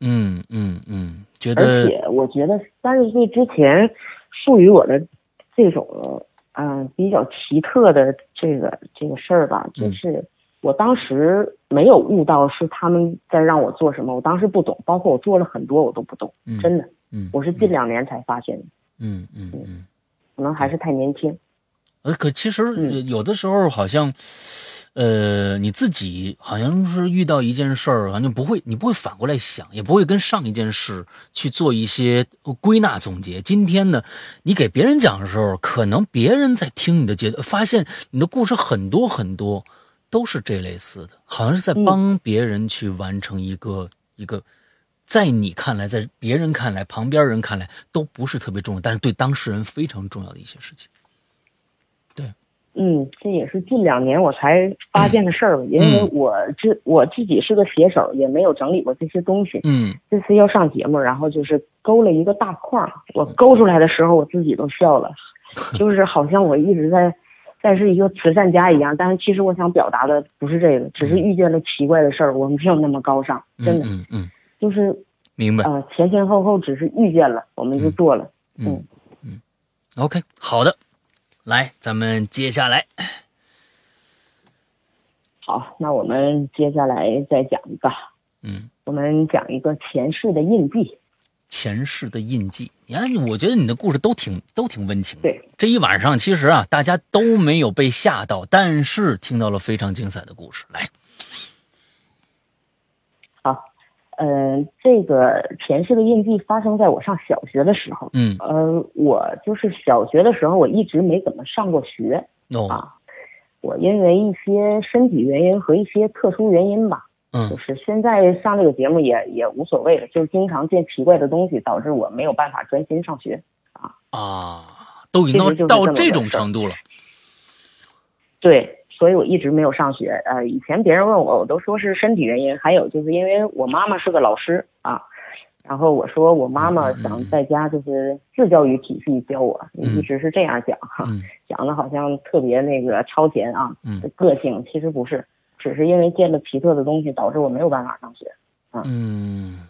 嗯嗯嗯，觉
而
得
且我觉得三十岁之前赋予我的这种嗯、呃比较奇特的这个这个事儿吧，就
嗯
是我当时没有悟到是他们在让我做什么，我当时不懂，包括我做了很多我都不懂，
嗯
真的，
嗯，
我是近两年才发现的，
嗯嗯嗯。嗯
可能还是太年轻。
呃，可其实
嗯
呃有的时候好像，呃，你自己好像是遇到一件事儿，好像不会，你不会反过来想，也不会跟上一件事去做一些呃归纳总结。今天呢，你给别人讲的时候，可能别人在听你的节，发现你的故事很多很多都是这类似的，好像是在
嗯
帮别人去完成一个、一个。在你看来，在别人看来，旁边人看来都不是特别重要，但是对当事人非常重要的一些事情。
嗯，这也是近两年我才发现的事儿吧，因
嗯
为我自我自己是个写手，也没有整理过这些东西。
嗯，
这次要上节目，然后就是勾了一个大框儿，我勾出来的时候我自己都笑 了，就是好像我一直在在是一个慈善家一样，但是其实我想表达的不是这个，只是遇见了奇怪的事儿，我没有那么高尚，真的。
嗯嗯嗯嗯
就是
明白。
呃前前后后只是遇见了，我们就做了。
嗯嗯，OK，好的，来，咱们接下来，
好，那我们接下来再讲一个，
嗯，
我们讲一个前世的印记。
前世的印记。你看，我觉得你的故事都挺都挺温情的。
对，
这一晚上其实啊，大家都没有被吓到，但是听到了非常精彩的故事。来，
好，嗯、这个前世的印记发生在我上小学的时候。
嗯，
呃，我就是小学的时候，我一直没怎么上过学。
哦，
啊，我因为一些身体原因和一些特殊原因吧，就
嗯
是现在上这个节目也也无所谓了，就是经常见奇怪的东西，导致我没有办法专心上学。
啊，都已经
这个就是
到到
这么
这
回
种
事
程度了。
对，所以我一直没有上学。呃，以前别人问我，我都说是身体原因，还有就是因为我妈妈是个老师啊。然后我说我妈妈想在家就是自教育体系教我，
嗯
一直是这样讲哈，
嗯
讲的好像特别那个超前啊，
嗯
个性其实不是，只是因为见了奇特的东西，导致我没有办法上学。
嗯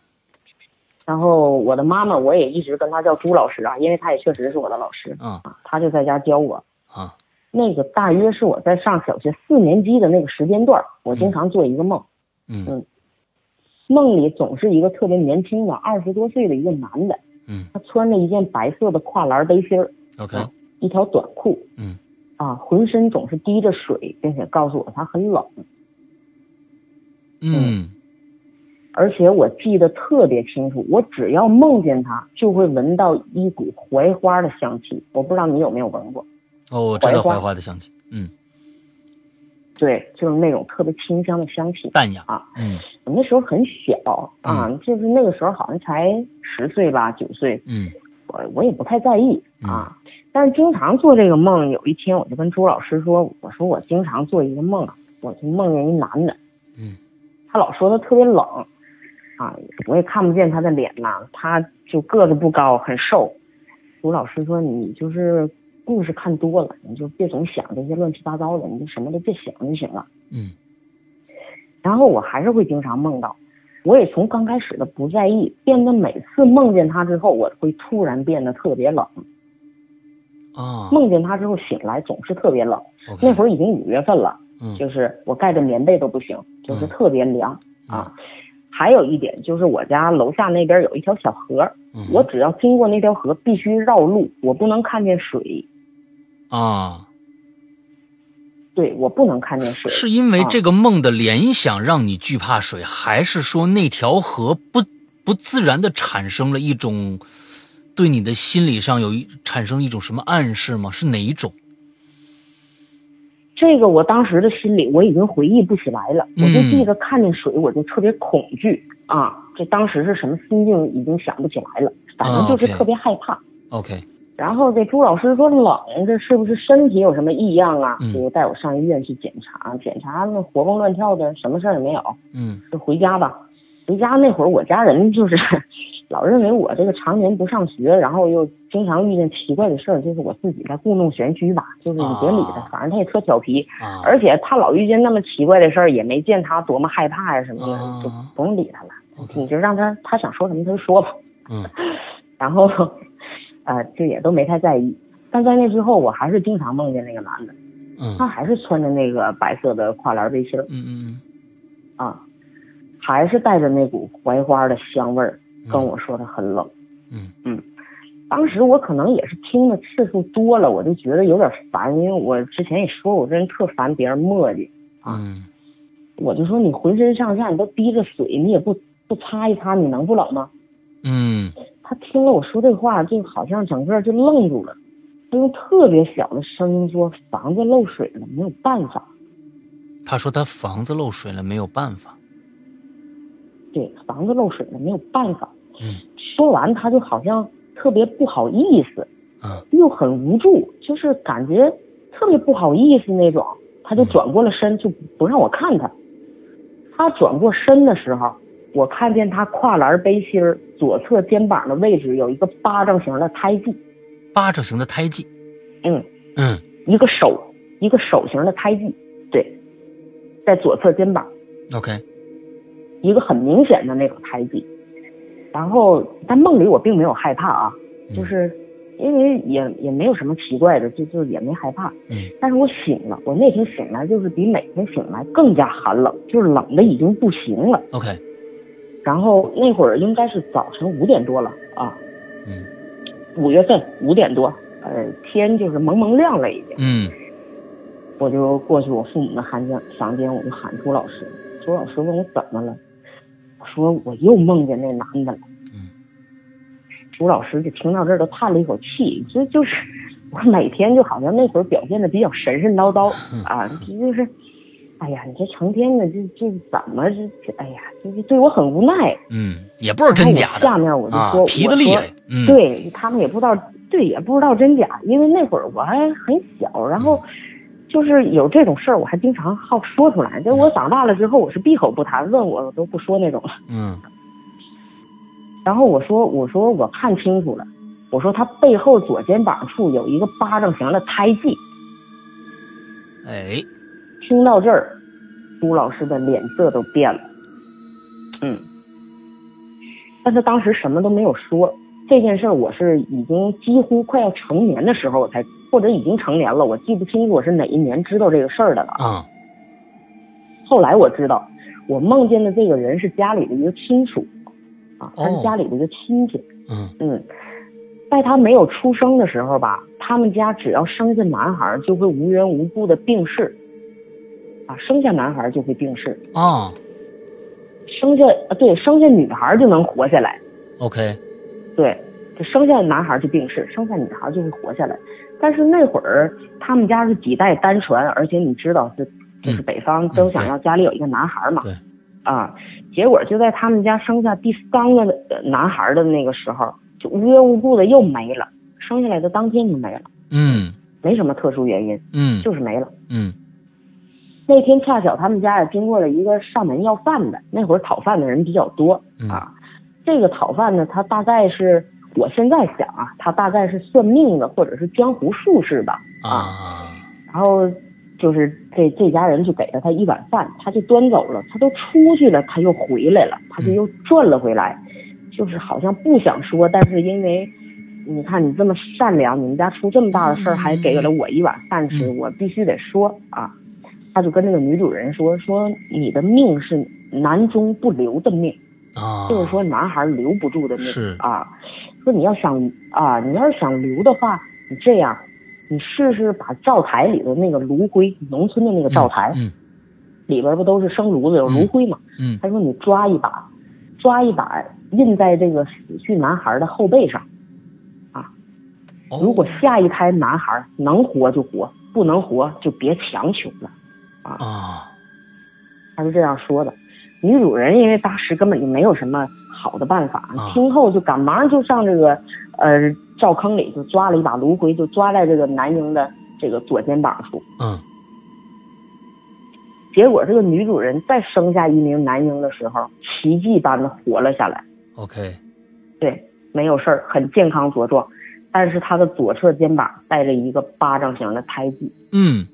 然后我的妈妈，我也一直跟她叫朱老师啊，因为她也确实是我的老师
啊
啊，她就在家教我。
啊
那个大约是我在上小学四年级的那个时间段儿，我经常做一个梦，
嗯
梦里总是一个特别年轻的二十多岁的一个男的，
嗯
他穿着一件白色的跨栏背心儿，
，OK，
啊一条短裤，
嗯，
啊，浑身总是滴着水，并且告诉我他很冷，
嗯
而且我记得特别清楚，我只要梦见他，就会闻到一股槐花的香气，我不知道你有没有闻过。
哦，我知道
槐花
槐花的香气，嗯，
对，就是那种特别清香的香气。
淡雅
啊，
嗯
我那时候很小啊，就是那个时候好像才十岁吧，九岁，
嗯
我我也不太在意啊。但是经常做这个梦，有一天我就跟朱老师说，我说我经常做一个梦啊，我就梦见一男的，
嗯，
他老说他特别冷，啊，我也看不见他的脸呐、他就个子不高，很瘦。朱老师说你就是故事看多了，你就别总想这些乱七八糟的，你就什么都别想就行了。
嗯
然后我还是会经常梦到，我也从刚开始的不在意，变得每次梦见他之后，我会突然变得特别冷。
啊
梦见他之后醒来总是特别冷，
，OK，
那会儿已经五月份了，
嗯
就是我盖着棉被都不行，就是
嗯
特别凉啊。还有一点就是我家楼下那边有一条小河，
嗯
我只要经过那条河必须绕路，我不能看见水，
啊，
对啊我不能看见水。
是因为这个梦的联想让你惧怕水，还是说那条河不不自然的产生了一种对你的心理上有一产生一种什么暗示吗？是哪一种？
这个我当时的心里我已经回忆不起来了，我
嗯
就记得看见水我就特别恐惧啊，这当时是什么心境已经想不起来了，反正就
啊 OK
是特别害怕。
OK，
然后这朱老师说冷，这是不是身体有什么异样啊？
嗯
就带我上医院去检查，检查那活蹦乱跳的，什么事儿也没有，
嗯
就回家吧。回家那会儿，我家人就是 老认为我这个常年不上学，然后又经常遇见奇怪的事儿，就是我自己在故弄玄虚吧，就是你别理他，
啊
反正他也特调皮。
啊，
而且他老遇见那么奇怪的事儿，也没见他多么害怕呀、什么的，
啊
就不用理他了，
OK，
你就让他他想说什么他就说吧。
嗯
然后，呃，就也都没太在意。但在那之后，我还是经常梦见那个男的，
嗯
他还是穿着那个白色的跨栏背心儿
嗯嗯
啊，还是带着那股槐花的香味儿，跟我说他很冷。
嗯
当时我可能也是听的次数多了，我就觉得有点烦，因为我之前也说过，我这人特烦别人磨叽。
嗯
我就说你浑身上下你都滴着水，你也不不擦一擦，你能不冷吗？
嗯
他听了我说这话，就好像整个就愣住了，他用特别小的声音说：“房子漏水了，没有办法。
嗯，他说他房子漏水了，没有办法。”
对，房子漏水了，没有办法。
嗯
说完，他就好像特别不好意思，
嗯
又很无助，就是感觉特别不好意思那种。他就转过了身，就不让我看他。他转过身的时候，我看见他跨栏背心儿左侧肩膀的位置有一个巴掌形的胎记，
巴掌形的胎记。
嗯
嗯
一个手，一个手型的胎记，对，在左侧肩膀，
，OK，
一个很明显的那种胎记。然后但梦里我并没有害怕啊，就是因为也也没有什么奇怪的，就就也没害怕。
嗯，
但是我醒了，我那天醒来就是比每天醒来更加寒冷，就是冷的已经不行了。
，OK，
然后那会儿应该是早晨五点多了啊，
嗯
五月份五点多，呃，天就是蒙蒙亮了已经。
嗯
我就过去我父母的房间房间，我就喊朱老师。朱老师问我怎么了，我说我又梦见那男的了。
嗯，
朱老师就听到这儿都叹了一口气，这就是我每天就好像那会儿表现的比较神神叨叨
嗯
啊，这就是，哎呀，你这成天的这这怎么这哎呀，就是对我很无奈。哎
嗯，也不知道真假的
然后我下面我就
啊
说，
皮的
我说
厉害，嗯，
对他们也不知道，对也不知道真假，因为那会儿我还很小，然后就是有这种事儿，我还经常好说出来。但我长大了之后，我是闭口不谈，问我我都不说那种了。
嗯
然后我说我说我看清楚了，我说他背后左肩膀处有一个巴掌形的胎记。
哎，
听到这儿，朱老师的脸色都变了。嗯，但他当时什么都没有说。这件事儿我是已经几乎快要成年的时候我才，或者已经成年了，我记不清楚我是哪一年知道这个事儿的了。
啊
后来我知道，我梦见的这个人是家里的一个亲属，啊，他
哦
是家里的一个亲戚。
嗯
嗯，在他没有出生的时候吧，他们家只要生下男孩儿就会无缘无故的病逝，啊，生下男孩儿就会病逝，
啊
生下啊对生下女孩儿就能活下来，
，OK，
对，就生下男孩儿就病逝，生下女孩儿就会活下来。但是那会儿他们家是几代单传，而且你知道是就
嗯
是北方都想
对
要家里有一个男孩儿嘛，
对
啊，结果就在他们家生下第三个呃男孩儿的那个时候，就无缘无故的又没了，生下来的当天就没了，
嗯
没什么特殊原因，
嗯
就是没了。
嗯
那天恰巧他们家也经过了一个上门要饭的，那会儿讨饭的人比较多
嗯
啊。这个讨饭呢，他大概是我现在想啊，他大概是算命的或者是江湖术士吧啊。
啊，
然后就是这这家人就给了他一碗饭，他就端走了。他都出去了，他又回来了，他就又转了回来，就是好像不想说，但是因为你看你这么善良，你们家出这么大的事儿，还给了我一碗饭吃，我必须得说啊。他就跟那个女主人说：“说你的命是男中不留的命，
啊，
就是说男孩留不住的命
是
啊。说你要想啊，你要是想留的话，你这样，你试试把灶台里的那个炉灰，农村的那个灶台、
嗯
里边不都是生炉子有炉灰嘛？
嗯
他说你抓一把，抓一把印在这个死去男孩的后背上。
哦
如果下一胎男孩能活就活，不能活就别强求了。
啊
他是这样说的。女主人因为当时根本就没有什么好的办法
啊，
听后就赶忙就上这个呃灶坑里就抓了一把芦荟，就抓在这个男婴的这个左肩膀处。
嗯
结果这个女主人再生下一名男婴的时候，奇迹般的活了下来，
OK，
对，没有事儿，很健康茁壮。但是她的左侧肩膀带着一个巴掌形的胎记，
嗯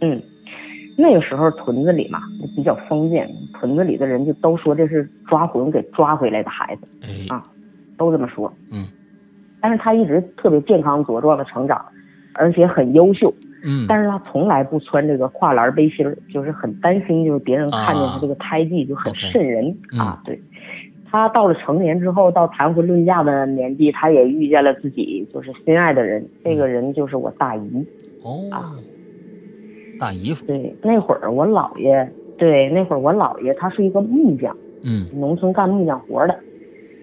嗯，那个时候屯子里嘛比较封建，屯子里的人就都说这是抓魂给抓回来的孩子，
哎
啊都这么说。
嗯，
但是他一直特别健康茁壮的成长，而且很优秀，
嗯
但是他从来不穿这个跨栏背心儿，就是很担心，就是别人看见
啊
他这个胎记就很
OK
瘆人
嗯
啊。对，他到了成年之后，到谈婚论嫁的年纪，他也遇见了自己就是心爱的
嗯
人，这个人就是我大姨。啊
哦，大姨夫，
对，那会儿我姥爷，对，那会儿我姥爷他是一个木匠，
嗯
农村干木匠活的。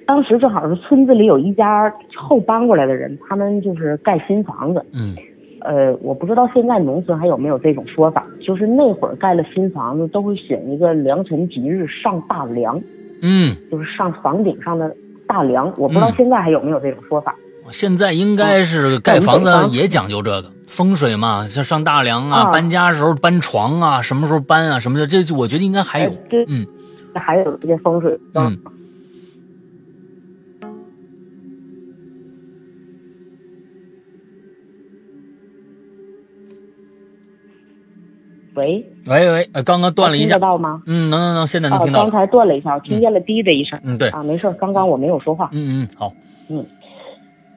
当时正好是村子里有一家后搬过来的人，他们就是盖新房子。
嗯
呃，我不知道现在农村还有没有这种说法，就是那会儿盖了新房子都会选一个良辰吉日上大梁，
嗯，
就是上房顶上的大梁。我不知道现在还有没有这种说法。
现在应该是盖房子
在我啊们北方
也讲究这个风水嘛，像上大梁啊，
啊
搬家时候搬床啊，什么时候搬啊，什么的，这就我觉得应该还有
哎，对
嗯
还有一些风水。
嗯
喂，
喂喂，呃，刚刚断了一
听
下
得，到吗？
嗯，能能能，现在能
哦，
听到
刚
了，嗯
才断了一下，我听见了“滴”的一声。
嗯，对，
啊，没事儿，刚刚我没有说话。
嗯嗯，好，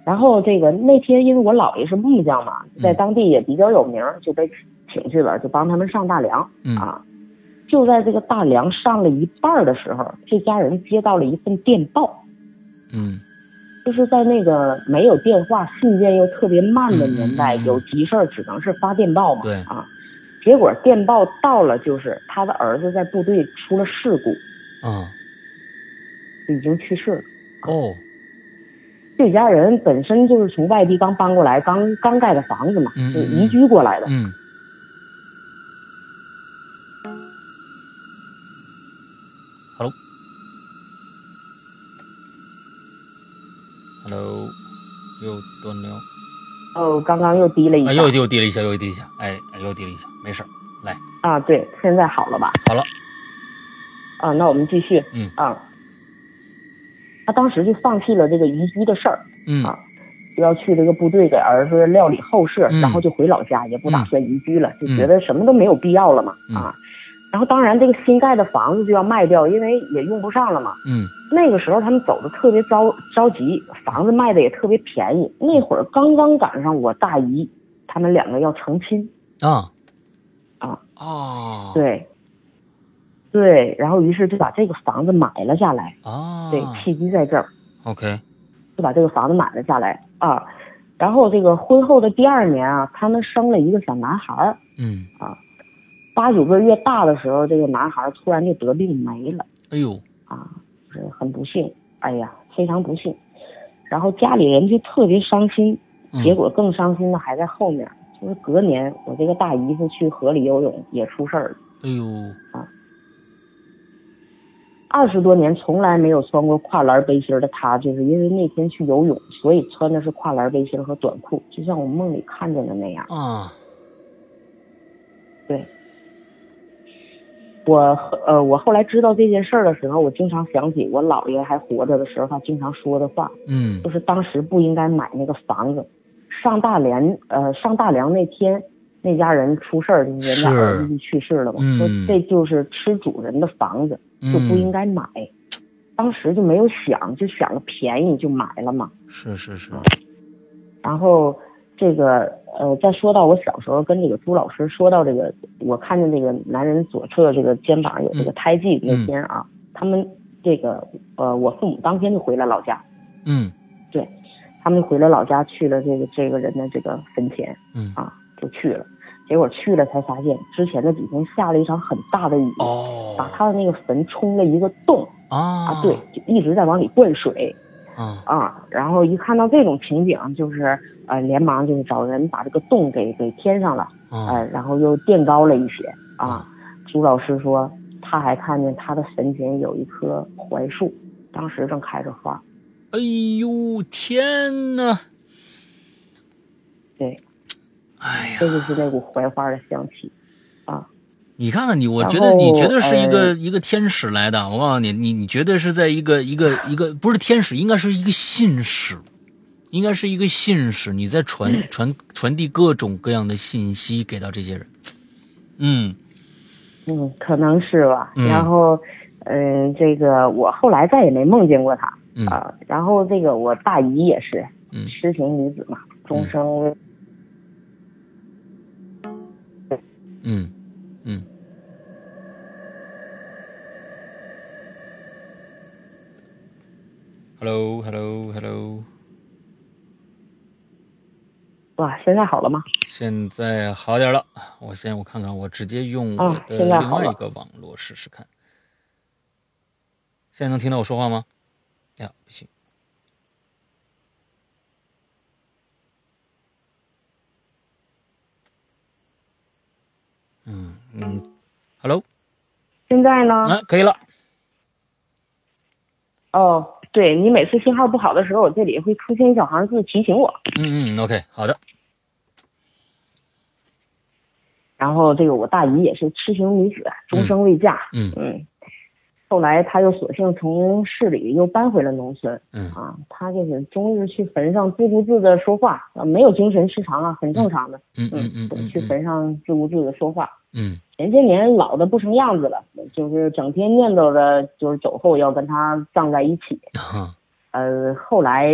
然后这个那天因为我姥爷是木匠嘛，
嗯
在当地也比较有名儿，就被请去了，就帮他们上大梁
嗯
啊。就在这个大梁上了一半儿的时候，这家人接到了一份电报，
嗯
就是在那个没有电话、信件又特别慢的年
嗯
代，
嗯嗯
有急事儿只能是发电报嘛。
对
啊，结果电报到了，就是他的儿子在部队出了事故，
啊，
就已经去世了。
哦，
这家人本身就是从外地刚搬过来，刚刚盖的房子嘛，
嗯嗯
就移居过来的。
嗯，Hello，Hello。Hello 又断了，
哦，刚刚又滴了一下
啊，又又滴了一下，又滴了一下，哎，哎又滴了一下，没事儿，来，
啊，对，现在好了吧？
好了，
啊，那我们继续。
嗯
啊，他当时就放弃了这个移居的事儿，
嗯
啊就要去这个部队给儿子料理后事，
嗯
然后就回老家，也不打算移居了，
嗯
就觉得什么都没有必要了嘛。
嗯
啊，然后当然这个新盖的房子就要卖掉，因为也用不上了嘛。
嗯
那个时候他们走的特别着着急，房子卖的也特别便宜。那会儿刚刚赶上我大姨他们两个要成亲，
啊
啊
哦
对，对，然后于是就把这个房子买了下来，
啊
对，契机在这儿，
，OK，
就把这个房子买了下来啊。然后这个婚后的第二年啊，他们生了一个小男孩儿，
嗯，
八九个月大的时候，这个男孩儿突然就得病没了。
哎呦，
啊，就是很不幸，哎呀，非常不幸。然后家里人就特别伤心，
嗯
结果更伤心的还在后面，就是隔年我这个大姨夫去河里游泳也出事儿了，
哎呦，
二十多年从来没有穿过跨栏背心儿的他，就是因为那天去游泳，所以穿的是跨栏背心儿和短裤，就像我梦里看见的那样。
啊，
对，我和呃，我后来知道这件事儿的时候，我经常想起我姥爷还活着的时候，他经常说的话，
嗯
就是当时不应该买那个房子。上大连，呃，上大梁那天，那家人出事儿，人
是
家儿子就去世了嘛。
嗯
说这就是吃主人的房子，就不应
嗯，
该买。当时就没有想，就想了便宜就买了嘛。
嗯是是是，
然后这个呃，再说到我小时候跟这个朱老师说到这个，我看见这个男人左侧这个肩膀有这
嗯
个胎记那天啊，他们这个呃，我父母当天就回了老家，
嗯
他们回了老家，去了这个这个人的这个坟前
嗯，
啊，就去了。结果去了才发现，之前的几天下了一场很大的雨，
哦
把他的那个坟冲了一个洞
啊
啊，对，就一直在往里灌水
啊，
啊。然后一看到这种情景，就是呃，连忙就是找人把这个洞给给填上了，
啊
呃，然后又垫高了一些
哦
啊。朱老师说，他还看见他的坟前有一棵槐树，当时正开着花。
哎呦天呐，
对，
哎呀
这，就是那股槐花的香气。
你看看你，我
然
觉得你
后哎
绝对是一个、一个天使来的。我告诉你，你你绝对是在一个一个一个不是天使，应该是一个信使，应该是一个信使。你在传、
嗯
传传递各种各样的信息给到这些人。嗯
嗯，可能是吧。
嗯
然后，嗯、这个我后来再也没梦见过他
嗯
啊、然后这个我大姨也是
嗯
痴情女子嘛，终生、
嗯嗯，Hello Hello Hello，
哇，现在好了吗？
现在好点了。我现在我看看，我直接用
啊
我的
现在
另
好
外
了
一个网络试试看。现在能听到我说话吗？呀，不行。嗯嗯，Hello，
现在呢？
哎、可以了。
哦，对你每次信号不好的时候，我这里会出现一小行字提醒我。
嗯嗯，OK，好的。
然后这个我大姨也是痴情女子，啊终生未嫁。
嗯
嗯。后来她又索性从市里又搬回了农村。
嗯
啊，她就是终日去坟上自顾自的说话，啊没有精神失常啊，很正常的。
嗯嗯嗯
去
嗯
坟上自顾自的说话。
嗯
前些年老的不成样子了，就是整天念叨着就是走后要跟他葬在一起。
啊，
呃，后来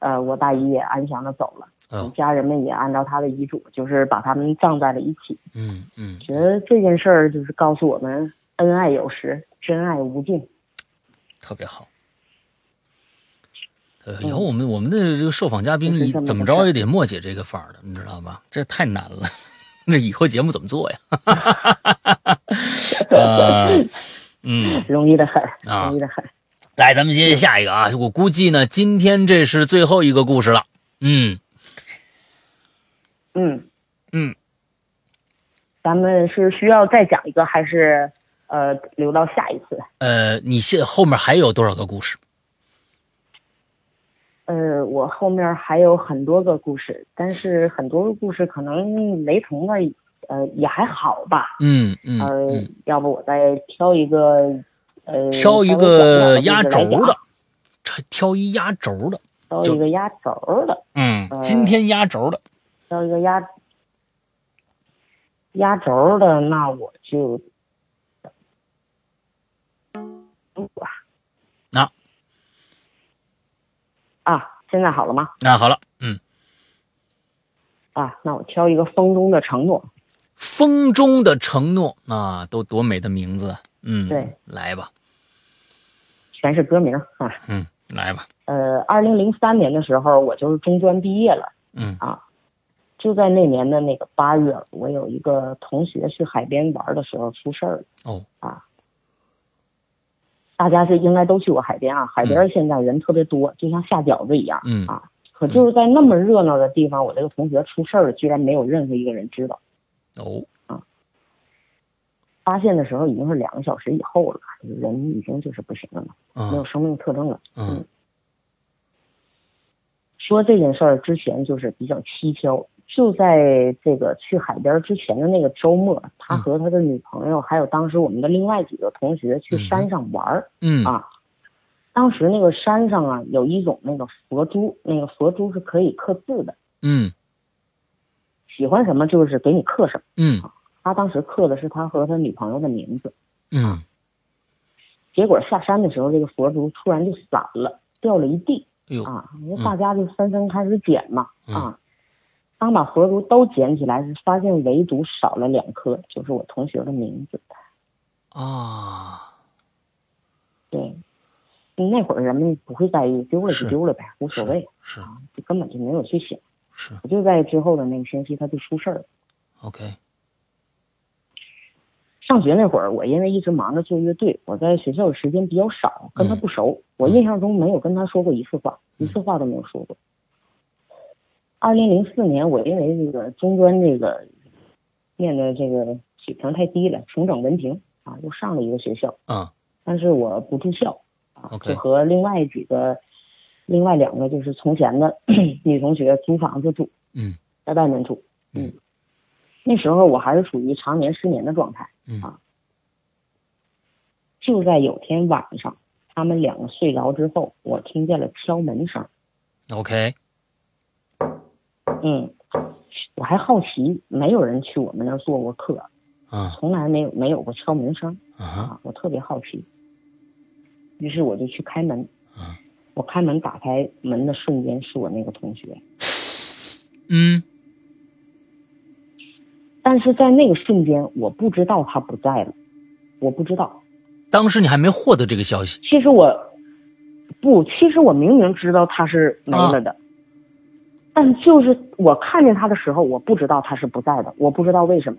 呃我大姨也安详的走了，
哦，
嗯家人们也按照他的遗嘱，就是把他们葬在了一起。
嗯嗯，
觉得这件事儿就是告诉我们，恩爱有时，真爱无尽。
特别好。呃，以后我们我们的这个受访嘉宾
就是
一
这么
怎么
个事
着
儿
也得默写这个范儿的，你知道吧？这太难了，这以后节目怎么做呀？啊，嗯，
容易的很，
啊
容易的很。
来，咱们接下一个啊，我估计呢，今天这是最后一个故事了。嗯
嗯
嗯，
咱们是需要再讲一个，还是呃留到下一次？
呃，你现后面还有多少个故事？
呃，我后面还有很多个故事，但是很多个故事可能雷同的，呃，也还好吧。
嗯嗯
呃，
嗯，
要不我再挑一个，呃，
挑一
稍微短
个
点
压
的故事来
轴
讲
的，，挑挑一压轴的。
挑
就
一个压轴的，
嗯，今天压轴的。
挑一个压压轴的，那我就。
啊
啊，现在好了吗？
那、好了，嗯，
啊，那我挑一个《风中的承诺》。
风中的承诺啊，都多美的名字啊。嗯，
对，
来吧，
全是歌名儿啊。
嗯，来吧，
呃，二零零三年的时候，我就是中专毕业了。
嗯
啊，就在那年的那个八月，我有一个同学去海边玩的时候出事儿了。
哦，
大家是应该都去过海边啊，海边现在人特别多，就像下饺子一样。
嗯
啊，可就是在那么热闹的地方，我这个同学出事儿了，居然没有任何一个人知道。
哦，
发现的时候已经是两个小时以后了，人已经就是不行了，没有
嗯
生命特征了。
嗯
说这件事儿之前就是比较蹊跷，就在这个去海边之前的那个周末，他和他的女朋友还有当时我们的另外几个同学去山上玩儿、
嗯
啊。当时那个山上啊，有一种那个佛珠，那个佛珠是可以刻字的，
嗯
喜欢什么就是给你刻什么。
嗯
他当时刻的是他和他女朋友的名字，
嗯，
结果下山的时候，这个佛珠突然就散了，掉了一地。
哎呦，
啊，因
嗯
为大家就纷纷开始捡嘛，
嗯
啊，当把佛珠都捡起来时，发现唯独少了两颗，就是我同学的名字。
啊，
对，那会儿人们不会在意，丢了
是
就丢了呗，无所谓，
是
就根本就没有去想。
是
就在之后的那个星期，他就出事儿了。
，OK，
上学那会儿，我因为一直忙着做乐队，我在学校的时间比较少，跟他不熟。我印象中没有跟他说过一次话，一次话都没有说过。二零零四年，我因为这个中专这个念的这个水平太低了，重整文凭啊，又上了一个学校，
嗯
但是我不住校啊
OK
就和另外几个、另外两个就是从前的 女同学租房子住，
嗯
在外面住，
嗯，
那时候我还是处于常年失眠的状态，
嗯
啊，就在有天晚上，他们两个睡着之后，我听见了敲门声，
，OK，
嗯，我还好奇，没有人去我们那儿做过客，
啊
从来没有没有过敲门声
啊
啊，我特别好奇，于是我就去开门，
啊
我开门打开门的瞬间是我那个同学，
嗯
但是在那个瞬间，我不知道他不在了，我不知道。
当时你还没获得这个消息，
其实我不，其实我明明知道他是没了
啊
的，但就是我看见他的时候，我不知道他是不在的，我不知道为什么，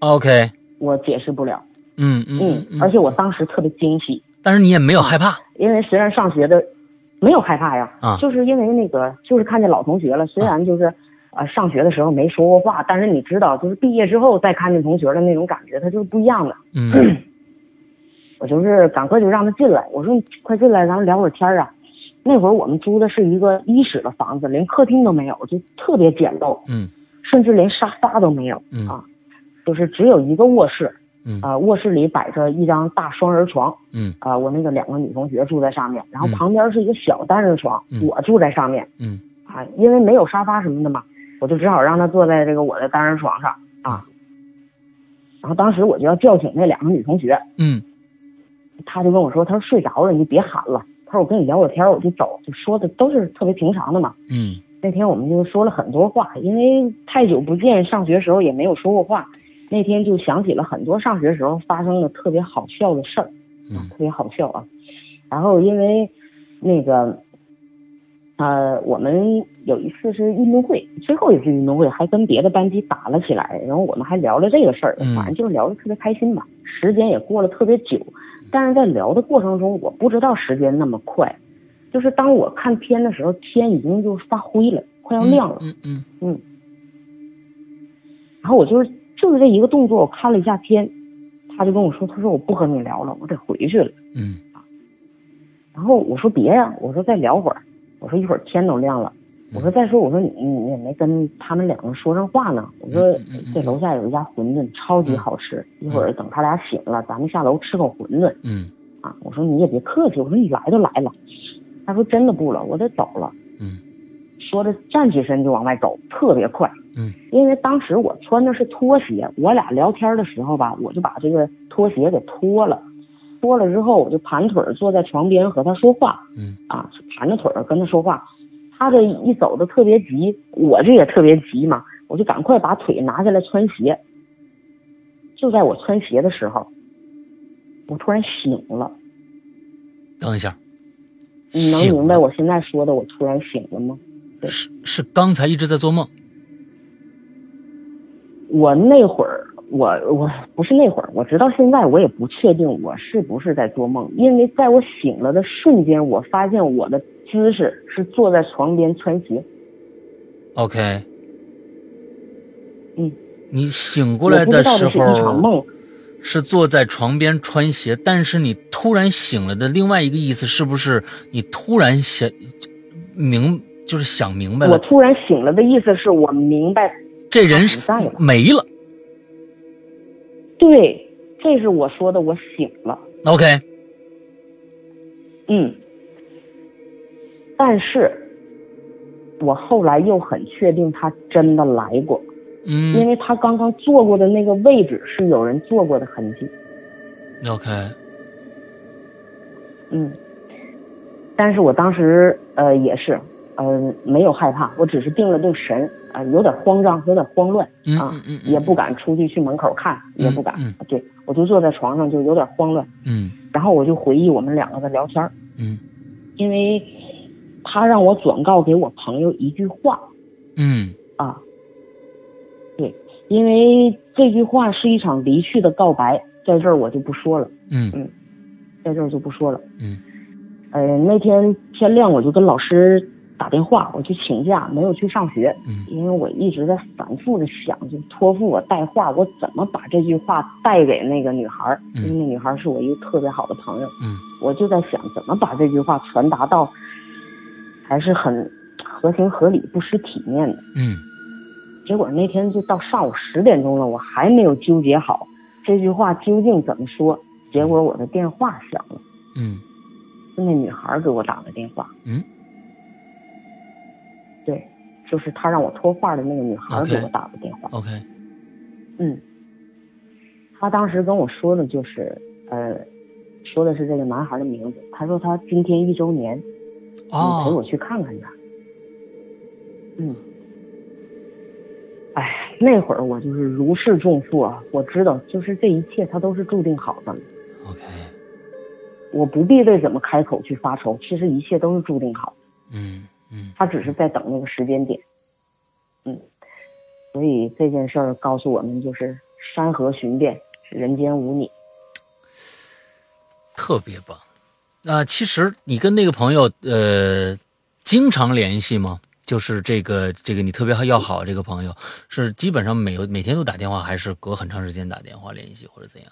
OK，
我解释不了。
嗯嗯嗯，
而且我当时特别惊喜，
但是你也没有害怕，
因为虽然上学的没有害怕呀，
啊
就是因为那个就是看见老同学了，虽然就是。呃，上学的时候没说过话，但是你知道，就是毕业之后再看见同学的那种感觉，他就是不一样的。
嗯
我就是赶快就让他进来，我说你快进来，咱们聊会儿天儿啊。那会儿我们租的是一个一室的房子，连客厅都没有，就特别简陋，
嗯
甚至连沙发都没有，
嗯
就是只有一个卧室。
嗯
啊、卧室里摆着一张大双人床，
嗯
啊、我那个两个女同学住在上面，然后
嗯
旁边是一个小单人床，
嗯
我住在上面。
嗯
啊，因为
嗯
没有沙发什么的嘛，我就只好让他坐在这个我的单人床上啊。然后当时我就要叫醒那两个女同学，
嗯
她就跟我说，她说睡着了，你就别喊了。她说我跟你聊会儿天儿，我就走，就说的都是特别平常的嘛。
嗯
那天我们就说了很多话，因为太久不见，上学时候也没有说过话。那天就想起了很多上学时候发生的特别好笑的事儿，啊
嗯，
特别好笑啊。然后因为那个，呃，我们有一次是运动会，最后一次运动会还跟别的班级打了起来，然后我们还聊了这个事儿
嗯，
反正就是聊得特别开心吧。时间也过了特别久，但是在聊的过程中，我不知道时间那么快，就是当我看天的时候，天已经就发灰了，快要亮了。
嗯嗯
然后我就是就是这一个动作，我看了一下天，他就跟我说，他说我不和你聊了，我得回去了。
嗯
然后我说别呀、我说再聊会儿，我说一会儿天都亮了，
嗯
我说再说，我说你你你也没跟他们两个说上话呢，我说
嗯嗯嗯嗯
这楼下有一家馄饨超级好吃，一会儿等他俩醒了，咱们下楼吃口馄饨
嗯
啊。我说你也别客气，我说你来都来了，他说真的不了，我得走了。
嗯
说着站起身就往外走，特别快。
嗯，
因为当时我穿的是拖鞋，我俩聊天的时候吧，我就把这个拖鞋给脱了，脱了之后我就盘腿儿坐在床边和他说话。
嗯，
啊，盘着腿儿跟他说话，他这一走的特别急，我这也特别急嘛，我就赶快把腿拿下来穿鞋。就在我穿鞋的时候，我突然醒了。
等一下，
你能
醒
明白
了
我现在说的我突然醒了吗？
是是刚才一直在做梦，
我那会儿，我我不是那会儿，我直到现在我也不确定我是不是在做梦，因为在我醒了的瞬间，我发现我的姿势是坐在床边穿鞋。
OK，
嗯，
你醒过来的时
我不知道这是一场
候
梦，
是坐在床边穿鞋，但是你突然醒了的另外一个意思是不是你突然想明就是想明白
我
了，
突然醒了的意思是我明白，
这人
不在了
没了
对，这是我说的，我醒了，
，OK，
嗯。但是，我后来又很确定他真的来过，因
嗯
为他刚刚坐过的那个位置是有人坐过的痕迹。
，OK，
嗯，但是我当时呃也是，呃没有害怕，我只是定了定神，啊、有点慌张，有点慌乱
嗯
啊
嗯，嗯
也不敢出去去门口看，也不敢，
嗯
对我就坐在床上就有点慌乱，
嗯
然后我就回忆我们两个的聊天儿，
嗯
因为他让我转告给我朋友一句话
嗯
啊，对，因为这句话是一场离去的告白，在这儿我就不说了，
嗯
在这儿就不说了。
嗯
呃，那天天亮我就跟老师打电话，我去请假，没有去上学，
嗯
因为我一直在反复的想，就托付我带话，我怎么把这句话带给那个女孩儿？
嗯
因为那女孩儿是我一个特别好的朋友，
嗯
我就在想怎么把这句话传达到，还是很合情合理、不失体面的。
嗯
结果那天就到上午十点钟了，我还没有纠结好这句话究竟怎么说。结果我的电话响了。
嗯
是那女孩儿给我打的电话。
嗯，
对，就是她让我托话的那个女孩儿
OK
给我打的电话。
，OK，
嗯，她当时跟我说的就是，呃，说的是这个男孩儿的名字。她说她今天一周年，你陪
哦
我去看看他。嗯，哎，那会儿我就是如释重负啊，我知道，就是这一切他都是注定好的。
，OK，
我不必为怎么开口去发愁，其实一切都是注定好的。
嗯嗯
他只是在等那个时间点。嗯，所以这件事儿告诉我们，就是山河寻遍，人间无你。
特别棒。啊、其实你跟那个朋友呃，经常联系吗？就是这个这个你特别要好这个朋友，是基本上每每天都打电话，还是隔很长时间打电话联系或者怎样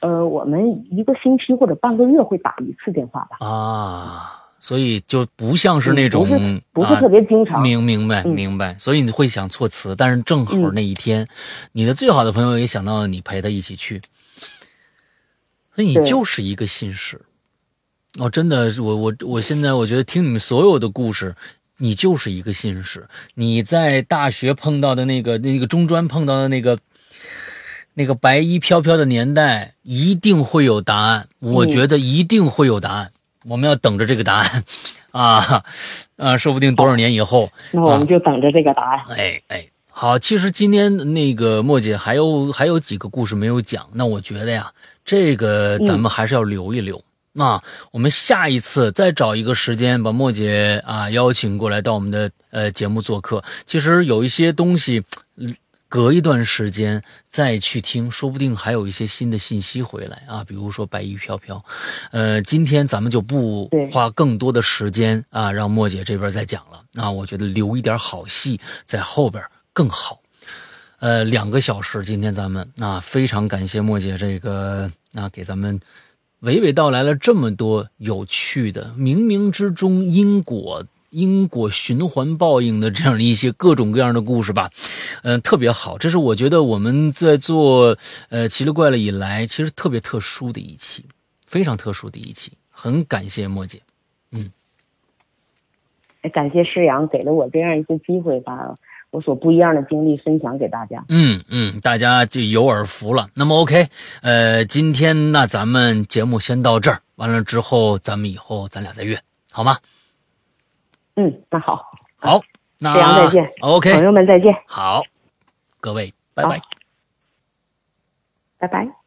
呃，我们一个星期或者半个月会打一次电话吧，
啊？所以就不像是那种
嗯不是不
啊
是特别经常。
明明白
嗯
明白，所以你会想措辞，但是正好
嗯
那一天，你的最好的朋友也想到你陪他一起去，所以你
对
就是一个信使。哦，真的，我我我现在我觉得听你们所有的故事，你就是一个信使。你在大学碰到的那个那个中专碰到的那个那个白衣飘飘的年代，一定会有答案。我
嗯
觉得一定会有答案，我们要等着这个答案，啊，啊，说不定多少年以后，
那我们就等着这个答案。
哎哎，好，其实今天那个莫姐还有还有几个故事没有讲，那我觉得呀，这个咱们还是要留一留。那、我们下一次再找一个时间把莫姐啊邀请过来到我们的呃节目做客。其实有一些东西，嗯隔一段时间再去听，说不定还有一些新的信息回来啊。比如说白衣飘飘，呃，今天咱们就不
对
花更多的时间啊，让莫姐这边再讲了。啊，我觉得留一点好戏在后边更好。呃，两个小时，今天咱们啊，非常感谢莫姐这个啊，给咱们娓娓道来了这么多有趣的，冥冥之中因果因果循环报应的这样的一些各种各样的故事吧，嗯、特别好。这是我觉得我们在做呃奇了怪了以来，其实特别特殊的一期，非常特殊的一期，很感谢莫姐。
哎感谢施阳给了我这样一个机会，把我所不一样的经历分享给大家。
嗯嗯，大家就有耳福了。那么 OK，呃，今天那咱们节目先到这儿，完了之后咱们以后咱俩再约，好吗？
嗯，那好，
好，那
这样再见
OK，
朋友们再见，
好，各位，拜
好
拜。
拜拜。